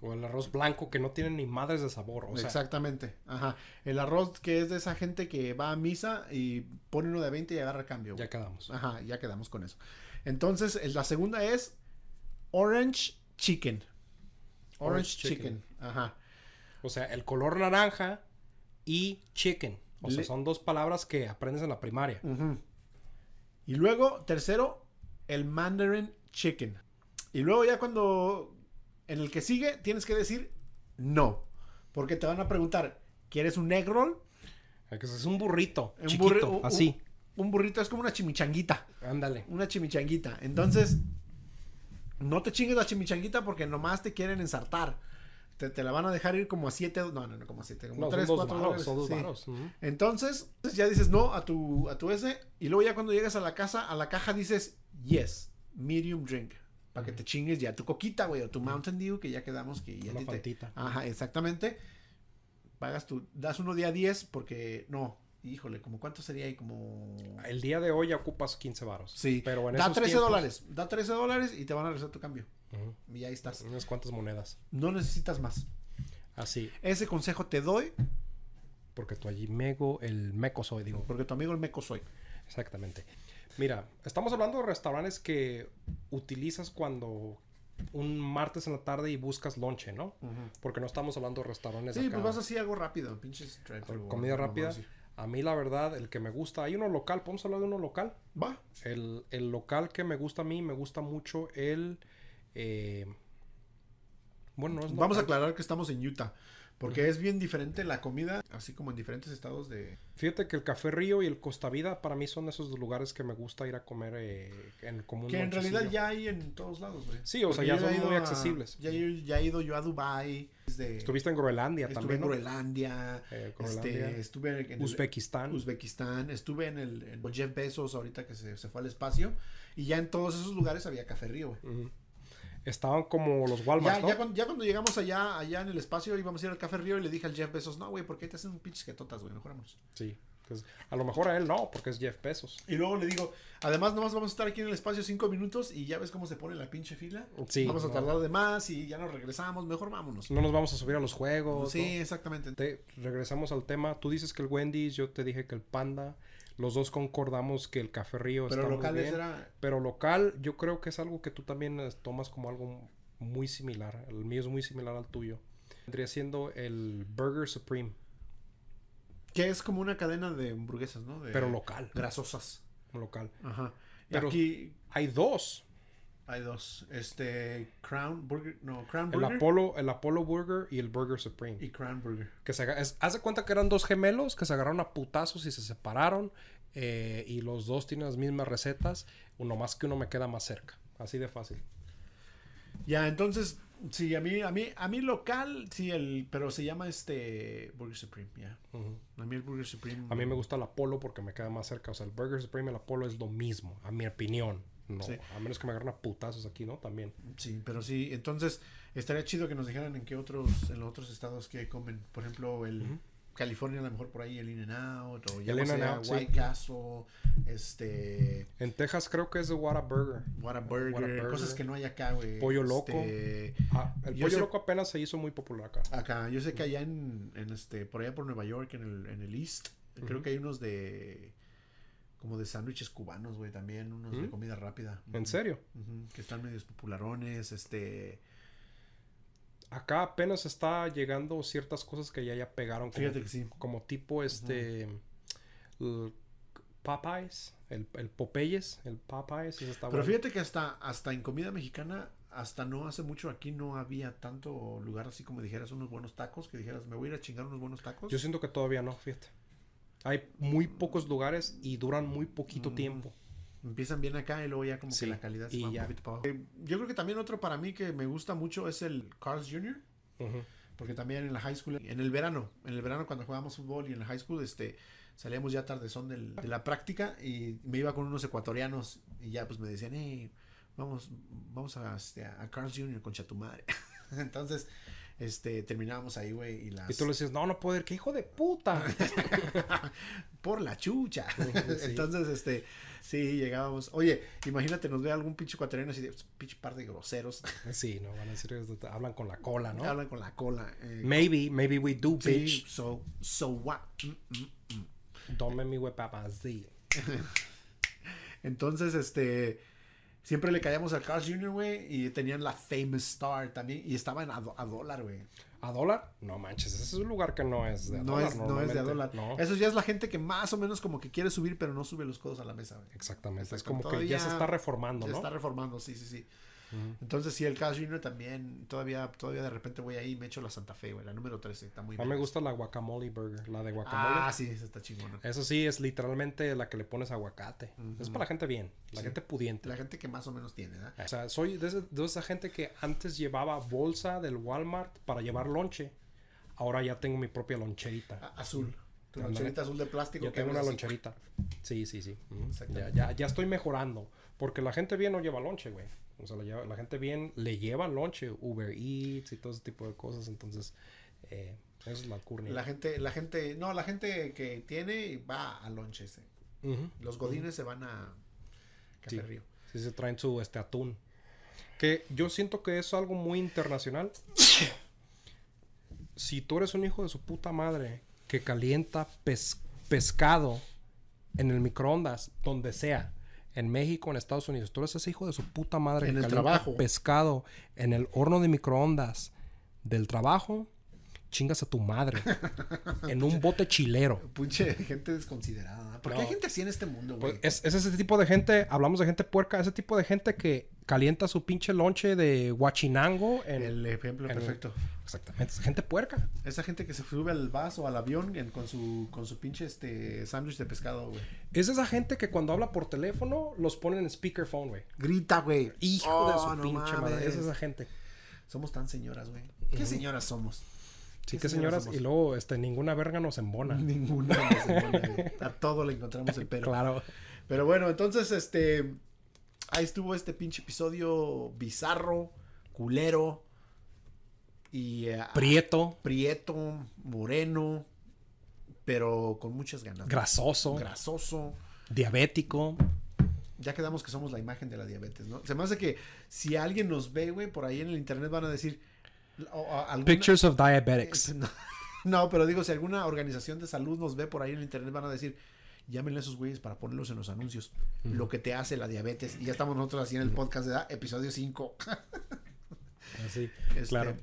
[SPEAKER 4] o el arroz blanco que no tiene ni madres de sabor. O sea,
[SPEAKER 2] Exactamente. Ajá. El arroz que es de esa gente que va a misa y pone uno de 20 y agarra cambio. güey.
[SPEAKER 4] ya quedamos.
[SPEAKER 2] Ajá, ya quedamos con eso. Entonces, el- la segunda es Orange Chicken. Orange,
[SPEAKER 4] Orange
[SPEAKER 2] chicken.
[SPEAKER 4] chicken.
[SPEAKER 2] Ajá.
[SPEAKER 4] O sea, el color naranja y chicken. O sea,
[SPEAKER 2] Le-
[SPEAKER 4] son dos palabras que aprendes en la primaria.
[SPEAKER 2] Ujú. Y luego, tercero, el Mandarin Chicken. Y luego ya cuando en el que sigue tienes que decir no, porque te van a preguntar, ¿quieres un egg roll?
[SPEAKER 4] Es un burrito.
[SPEAKER 2] Un
[SPEAKER 4] chiquito,
[SPEAKER 2] burri- un-
[SPEAKER 4] así.
[SPEAKER 2] Un, un burrito es como una chimichanguita.
[SPEAKER 4] Ándale.
[SPEAKER 2] Una chimichanguita. Entonces, no te chingues la chimichanguita porque nomás te quieren ensartar. Te, te la van a dejar ir como a 7, no, no, no, como a 7, como
[SPEAKER 4] No,
[SPEAKER 2] 3,
[SPEAKER 4] son dos
[SPEAKER 2] 4 dólares.
[SPEAKER 4] varos, son dos
[SPEAKER 2] sí.
[SPEAKER 4] varos. Ujú.
[SPEAKER 2] Entonces, ya dices no a tu, a tu ese. Y luego ya cuando llegas a la casa, a la caja dices yes, medium drink. Para que te chingues ya tu coquita, güey, o tu Mountain Dew, que ya quedamos que ya a
[SPEAKER 4] Una
[SPEAKER 2] ti te-
[SPEAKER 4] fantita.
[SPEAKER 2] Ajá, exactamente. Pagas tu, das uno día 10 porque, no, híjole, como cuánto sería ahí, como...
[SPEAKER 4] El día de hoy ya ocupas 15 varos.
[SPEAKER 2] Sí,
[SPEAKER 4] Pero en
[SPEAKER 2] da
[SPEAKER 4] esos
[SPEAKER 2] 13
[SPEAKER 4] tiempos-
[SPEAKER 2] dólares, da 13 dólares y te van a regresar tu cambio.
[SPEAKER 4] Ujú.
[SPEAKER 2] Y ahí estás.
[SPEAKER 4] Unas cuantas monedas.
[SPEAKER 2] No necesitas más.
[SPEAKER 4] Así.
[SPEAKER 2] Ese consejo te doy
[SPEAKER 4] Porque tu allí mego, el meco soy, digo.
[SPEAKER 2] Porque tu amigo el meco soy.
[SPEAKER 4] Exactamente. Mira, estamos hablando de restaurantes que utilizas cuando un martes en la tarde y buscas lonche, ¿no? Porque no estamos hablando de restaurantes
[SPEAKER 2] Sí,
[SPEAKER 4] acá,
[SPEAKER 2] pues vas así algo rápido. Pinches drive-thru,
[SPEAKER 4] comida
[SPEAKER 2] o-
[SPEAKER 4] rápida.
[SPEAKER 2] nomás así.
[SPEAKER 4] A mí la verdad, el que me gusta, hay uno local, podemos hablar de uno local.
[SPEAKER 2] Va.
[SPEAKER 4] El, el local que me gusta a mí, me gusta mucho el... eh, bueno, no es
[SPEAKER 2] Vamos a
[SPEAKER 4] local.
[SPEAKER 2] aclarar que estamos en Utah. Porque es bien diferente la comida, así como en diferentes estados de...
[SPEAKER 4] Fíjate que el Café Río y el Costa Vida para mí son esos lugares que me gusta ir a comer eh, en común.
[SPEAKER 2] Que en realidad ya hay en todos lados, güey.
[SPEAKER 4] Sí, o sea, ya
[SPEAKER 2] yo
[SPEAKER 4] son
[SPEAKER 2] he ido
[SPEAKER 4] muy
[SPEAKER 2] a-
[SPEAKER 4] accesibles.
[SPEAKER 2] Ya, he- ya he ido yo a Dubai. Desde,
[SPEAKER 4] Estuviste en Groenlandia
[SPEAKER 2] estuve
[SPEAKER 4] también,
[SPEAKER 2] en
[SPEAKER 4] ¿no?
[SPEAKER 2] Groenlandia.
[SPEAKER 4] Eh, Groenlandia.
[SPEAKER 2] este, estuve en el-
[SPEAKER 4] Uzbekistán.
[SPEAKER 2] Uzbekistán. Estuve en el en Jeff Bezos ahorita que se, se fue al espacio. Y ya en todos esos lugares había Café Río, güey.
[SPEAKER 4] Estaban como los
[SPEAKER 2] Ya,
[SPEAKER 4] Walmart, ¿no?
[SPEAKER 2] ya, cuando, ya cuando llegamos allá, allá en el espacio, íbamos a ir al Café Río y le dije al Jeff Bezos, no, güey, ¿por qué te hacen pinches jetotas, güey? Mejor vámonos".
[SPEAKER 4] Sí. pues, a lo mejor a él no, porque es Jeff Bezos.
[SPEAKER 2] Y luego le digo, además nomás vamos a estar aquí en el espacio cinco minutos y ya ves cómo se pone la pinche fila.
[SPEAKER 4] Sí,
[SPEAKER 2] Vamos a
[SPEAKER 4] no.
[SPEAKER 2] tardar de más y ya nos regresamos, mejor vámonos.
[SPEAKER 4] No nos vamos a subir a los juegos.
[SPEAKER 2] Pues sí,
[SPEAKER 4] ¿no?
[SPEAKER 2] exactamente.
[SPEAKER 4] Te- regresamos al tema. Tú dices que el Wendy's, yo te dije que el Panda. Los dos concordamos que el Café Río
[SPEAKER 2] Pero
[SPEAKER 4] está muy
[SPEAKER 2] locales
[SPEAKER 4] bien.
[SPEAKER 2] era-
[SPEAKER 4] Pero local, yo creo que es algo que tú también eh, tomas como algo muy similar. El mío es muy similar al tuyo. Vendría siendo el Burger Supreme,
[SPEAKER 2] Que es como una cadena de hamburguesas, ¿no? De
[SPEAKER 4] pero local.
[SPEAKER 2] Grasosas.
[SPEAKER 4] Local.
[SPEAKER 2] Ajá. Y
[SPEAKER 4] Pero-
[SPEAKER 2] aquí
[SPEAKER 4] Hay dos.
[SPEAKER 2] hay dos. Este, Crown Burger, no, Crown
[SPEAKER 4] El
[SPEAKER 2] Burger
[SPEAKER 4] Apollo, el Apollo Burger y el Burger Supreme.
[SPEAKER 2] y Crown Burger.
[SPEAKER 4] Que se aga- es- haz de cuenta que eran dos gemelos que se agarraron a putazos y se separaron. eh, y los dos tienen las mismas recetas. Uno más que uno me queda más cerca. Así de fácil.
[SPEAKER 2] Ya, entonces, sí, a mí, a mí, a mí local, sí, el, pero se llama este Burger Supreme, ya. A mí el Burger Supreme.
[SPEAKER 4] A mí me gusta el Apolo porque me queda más cerca. O sea, el Burger Supreme y el Apolo es lo mismo, a mi opinión. No,
[SPEAKER 2] Sí.
[SPEAKER 4] a menos que me agarren a putazos aquí, ¿no? También.
[SPEAKER 2] Sí, pero sí, entonces estaría chido que nos dijeran en qué otros, en los otros estados que comen. Por ejemplo, el California, a lo mejor por ahí el In-N-Out, o ya
[SPEAKER 4] El
[SPEAKER 2] no sé,
[SPEAKER 4] In-N-Out, sí.
[SPEAKER 2] White Castle, este,
[SPEAKER 4] En Texas creo que es de Whataburger.
[SPEAKER 2] Whataburger,
[SPEAKER 4] Whataburger.
[SPEAKER 2] cosas que no hay acá, güey.
[SPEAKER 4] Pollo
[SPEAKER 2] Este,
[SPEAKER 4] Ah, el
[SPEAKER 2] Yo
[SPEAKER 4] pollo
[SPEAKER 2] sé-
[SPEAKER 4] loco apenas se hizo muy popular acá.
[SPEAKER 2] Acá, yo sé que allá en, en este, por allá por Nueva York, en el, en el East, creo que hay unos de, como de sándwiches cubanos, güey, también, unos de comida rápida.
[SPEAKER 4] ¿En serio?
[SPEAKER 2] Ujú, que están medios popularones, este...
[SPEAKER 4] Acá apenas está llegando ciertas cosas que ya, ya pegaron. Como,
[SPEAKER 2] Fíjate que sí.
[SPEAKER 4] Como tipo este. el Popeyes. El, el Popeyes. El Popeyes. ese está
[SPEAKER 2] Pero
[SPEAKER 4] bueno.
[SPEAKER 2] fíjate que hasta, hasta en comida mexicana, hasta no hace mucho aquí no había tanto lugar así como dijeras unos buenos tacos, que dijeras, me voy a ir a chingar unos buenos tacos.
[SPEAKER 4] Yo siento que todavía no, fíjate. Hay muy pocos lugares y duran muy
[SPEAKER 2] Mm,
[SPEAKER 4] poquito tiempo.
[SPEAKER 2] Empiezan bien acá y luego ya como
[SPEAKER 4] Sí,
[SPEAKER 2] que la calidad se
[SPEAKER 4] y
[SPEAKER 2] va un
[SPEAKER 4] ya.
[SPEAKER 2] poquito para abajo. Eh, Yo creo que también otro para mí que me gusta mucho es el Cars Jr.
[SPEAKER 4] Ujú.
[SPEAKER 2] Porque también en la high school, en el verano, en el verano cuando jugábamos fútbol y en la high school, este, salíamos ya tardezón del- de la práctica y me iba con unos ecuatorianos y ya pues me decían, hey, vamos, vamos a, este, a Carl Jr. con Chatumare. Entonces, este, terminábamos ahí, güey, y las...
[SPEAKER 4] Y tú le dices, no, no puedo ir, qué hijo de puta.
[SPEAKER 2] por la chucha. Entonces, este, sí, llegábamos. Oye, imagínate, nos ve algún pinche ecuatoriano así de, pues, pinche par de groseros.
[SPEAKER 4] sí, no, van a decir, es- hablan con la cola, ¿no?
[SPEAKER 2] Hablan con la cola. eh,
[SPEAKER 4] Maybe, maybe we do,
[SPEAKER 2] sí,
[SPEAKER 4] bitch.
[SPEAKER 2] so, so what? Mm, mm.
[SPEAKER 4] Don't make me whip up a Z.
[SPEAKER 2] Entonces, este. Siempre le caíamos al Carl Jr., güey. Y tenían la Famous Star también. Y estaban a, do- a dólar, güey.
[SPEAKER 4] ¿A dólar? No manches, ese es un lugar que no es de a
[SPEAKER 2] No
[SPEAKER 4] dólar.
[SPEAKER 2] es, no es de a dólar.
[SPEAKER 4] normalmente. No,
[SPEAKER 2] Eso ya es la gente que más o menos como que quiere subir, pero no sube los codos a la mesa, güey.
[SPEAKER 4] exactamente. Es
[SPEAKER 2] Exacto,
[SPEAKER 4] como que ya
[SPEAKER 2] todavía
[SPEAKER 4] se está reformando,
[SPEAKER 2] Se
[SPEAKER 4] ¿no?
[SPEAKER 2] está reformando, sí, sí, sí. Entonces, sí, el Carl Jr. también. Todavía, todavía de repente voy ahí y me echo la Santa Fe, güey. La número 13. Está muy
[SPEAKER 4] A
[SPEAKER 2] bien.
[SPEAKER 4] mí me gusta la guacamole burger, la de guacamole.
[SPEAKER 2] Ah, sí, esa está chingona.
[SPEAKER 4] Eso sí, es literalmente la que le pones aguacate. Es para la gente bien, la gente pudiente.
[SPEAKER 2] La gente que más o menos tiene, ¿verdad?
[SPEAKER 4] O sea, soy de, ese- de esa gente que antes llevaba bolsa del Walmart para llevar lonche. Ahora ya tengo mi propia loncherita.
[SPEAKER 2] A- Azul. Tu
[SPEAKER 4] Ándale.
[SPEAKER 2] loncherita azul de plástico.
[SPEAKER 4] Ya
[SPEAKER 2] que
[SPEAKER 4] tengo una
[SPEAKER 2] abres así.
[SPEAKER 4] loncherita. Sí, sí, sí. Ujú. Ya,
[SPEAKER 2] Exactamente.
[SPEAKER 4] ya, ya estoy mejorando. Porque la gente bien no lleva lonche, güey. O sea, la, lleva- la gente bien le lleva lonche. Uber Eats y todo ese tipo de cosas. Entonces, eh, eso es la curnia.
[SPEAKER 2] La gente, la gente, no, la gente que tiene va a lonches. eh.
[SPEAKER 4] Ujú.
[SPEAKER 2] Los godines se van a Café
[SPEAKER 4] Sí.
[SPEAKER 2] Río.
[SPEAKER 4] Sí, se traen su este atún. Que yo siento que es algo muy internacional. si tú eres un hijo de su puta madre que calienta pes- pescado en el microondas, donde sea. En México, en Estados Unidos. Tú eres ese hijo de su puta madre
[SPEAKER 2] En
[SPEAKER 4] que
[SPEAKER 2] el
[SPEAKER 4] calienta
[SPEAKER 2] trabajo.
[SPEAKER 4] pescado en el horno de microondas del trabajo. Chingas a tu madre. en un bote chilero.
[SPEAKER 2] Pinche gente desconsiderada. Porque
[SPEAKER 4] No.
[SPEAKER 2] hay gente así en este mundo, güey.
[SPEAKER 4] Pues, es, es ese tipo de gente, hablamos de gente puerca, ese tipo de gente que calienta su pinche lonche de guachinango en
[SPEAKER 2] el eh, ejemplo
[SPEAKER 4] en-
[SPEAKER 2] perfecto.
[SPEAKER 4] Exactamente, es gente puerca.
[SPEAKER 2] Esa gente que se sube al vaso o al avión en- con su con su pinche este sándwich de pescado, güey.
[SPEAKER 4] Es esa gente que cuando habla por teléfono los ponen en speakerphone, güey.
[SPEAKER 2] Grita, güey.
[SPEAKER 4] Hijo de
[SPEAKER 2] Oh,
[SPEAKER 4] su
[SPEAKER 2] no
[SPEAKER 4] pinche madre.
[SPEAKER 2] mames.
[SPEAKER 4] Es esa gente.
[SPEAKER 2] Somos tan señoras, güey. ¿Qué señoras somos?
[SPEAKER 4] Sí,
[SPEAKER 2] ¿Qué
[SPEAKER 4] que
[SPEAKER 2] señoras
[SPEAKER 4] señoras,
[SPEAKER 2] somos?
[SPEAKER 4] y luego este, ninguna verga nos embona.
[SPEAKER 2] Ninguna. nos embona, güey. A todo le encontramos el pelo.
[SPEAKER 4] Claro.
[SPEAKER 2] Pero bueno, entonces, este. Ahí estuvo este pinche episodio bizarro, culero. Y. eh,
[SPEAKER 4] Prieto,
[SPEAKER 2] prieto, moreno. Pero con muchas ganas.
[SPEAKER 4] grasoso,
[SPEAKER 2] Grasoso.
[SPEAKER 4] diabético.
[SPEAKER 2] Ya quedamos que somos la imagen de la diabetes, ¿no? Se me hace que si alguien nos ve, güey, por ahí en el internet van a decir. o- a- alguna-
[SPEAKER 4] Pictures of diabetics.
[SPEAKER 2] Eh, No, no, pero digo, si alguna organización de salud nos ve por ahí en el internet, van a decir, llámenle a esos güeyes para ponerlos en los anuncios. Lo que te hace la diabetes. Y ya estamos nosotros así en el podcast de edad, episodio 5.
[SPEAKER 4] Así,
[SPEAKER 2] Este,
[SPEAKER 4] claro.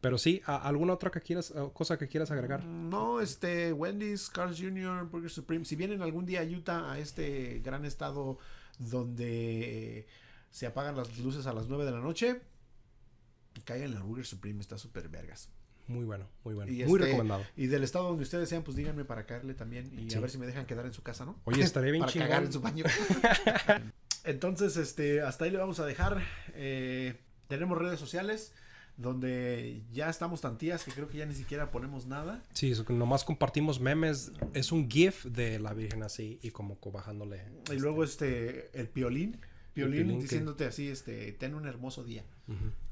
[SPEAKER 4] Pero sí, ¿a- ¿alguna otra que quieras, eh, cosa que quieras agregar?
[SPEAKER 2] No, este, Wendy's, Carl's Jr., Burger Supreme. Si vienen algún día a Utah, a este gran estado donde eh, se apagan las luces a las 9 de la noche, caigan en Burger Supreme, está súper vergas.
[SPEAKER 4] Muy bueno, muy bueno.
[SPEAKER 2] Y
[SPEAKER 4] muy
[SPEAKER 2] este,
[SPEAKER 4] recomendado.
[SPEAKER 2] Y del estado donde ustedes sean, pues díganme para caerle también y
[SPEAKER 4] Sí.
[SPEAKER 2] a ver si me dejan quedar en su casa, ¿no?
[SPEAKER 4] Oye, estaría bien
[SPEAKER 2] para
[SPEAKER 4] chingón.
[SPEAKER 2] cagar en su baño. Entonces, este, hasta ahí le vamos a dejar. Eh, tenemos redes sociales donde ya estamos tantías que creo que ya ni siquiera ponemos nada.
[SPEAKER 4] Sí, eso que nomás compartimos memes. Es un GIF de la Virgen así y como co- bajándole.
[SPEAKER 2] Y luego, este, el piolín. Piolín,
[SPEAKER 4] piolín que-
[SPEAKER 2] diciéndote así, este, ten un hermoso día.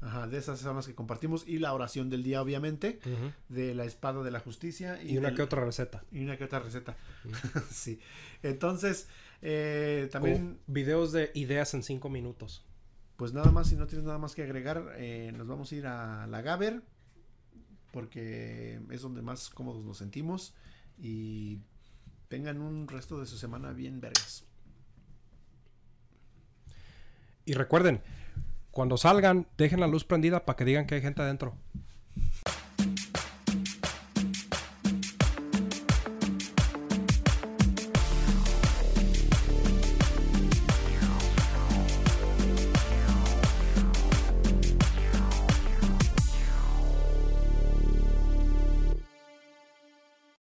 [SPEAKER 2] Ajá, de esas son las que compartimos. Y la oración del día, obviamente.
[SPEAKER 4] Ujú.
[SPEAKER 2] De la espada de la justicia.
[SPEAKER 4] Y una
[SPEAKER 2] del-
[SPEAKER 4] que otra receta.
[SPEAKER 2] Y una que otra receta. sí. Entonces, eh, también,
[SPEAKER 4] También videos de ideas en cinco minutos.
[SPEAKER 2] pues nada más, si no tienes nada más que agregar, eh, nos vamos a ir a la Gaber, porque es donde más cómodos nos sentimos. Y tengan un resto de su semana bien vergas.
[SPEAKER 4] Y recuerden, cuando salgan, dejen la luz prendida para que digan que hay gente adentro.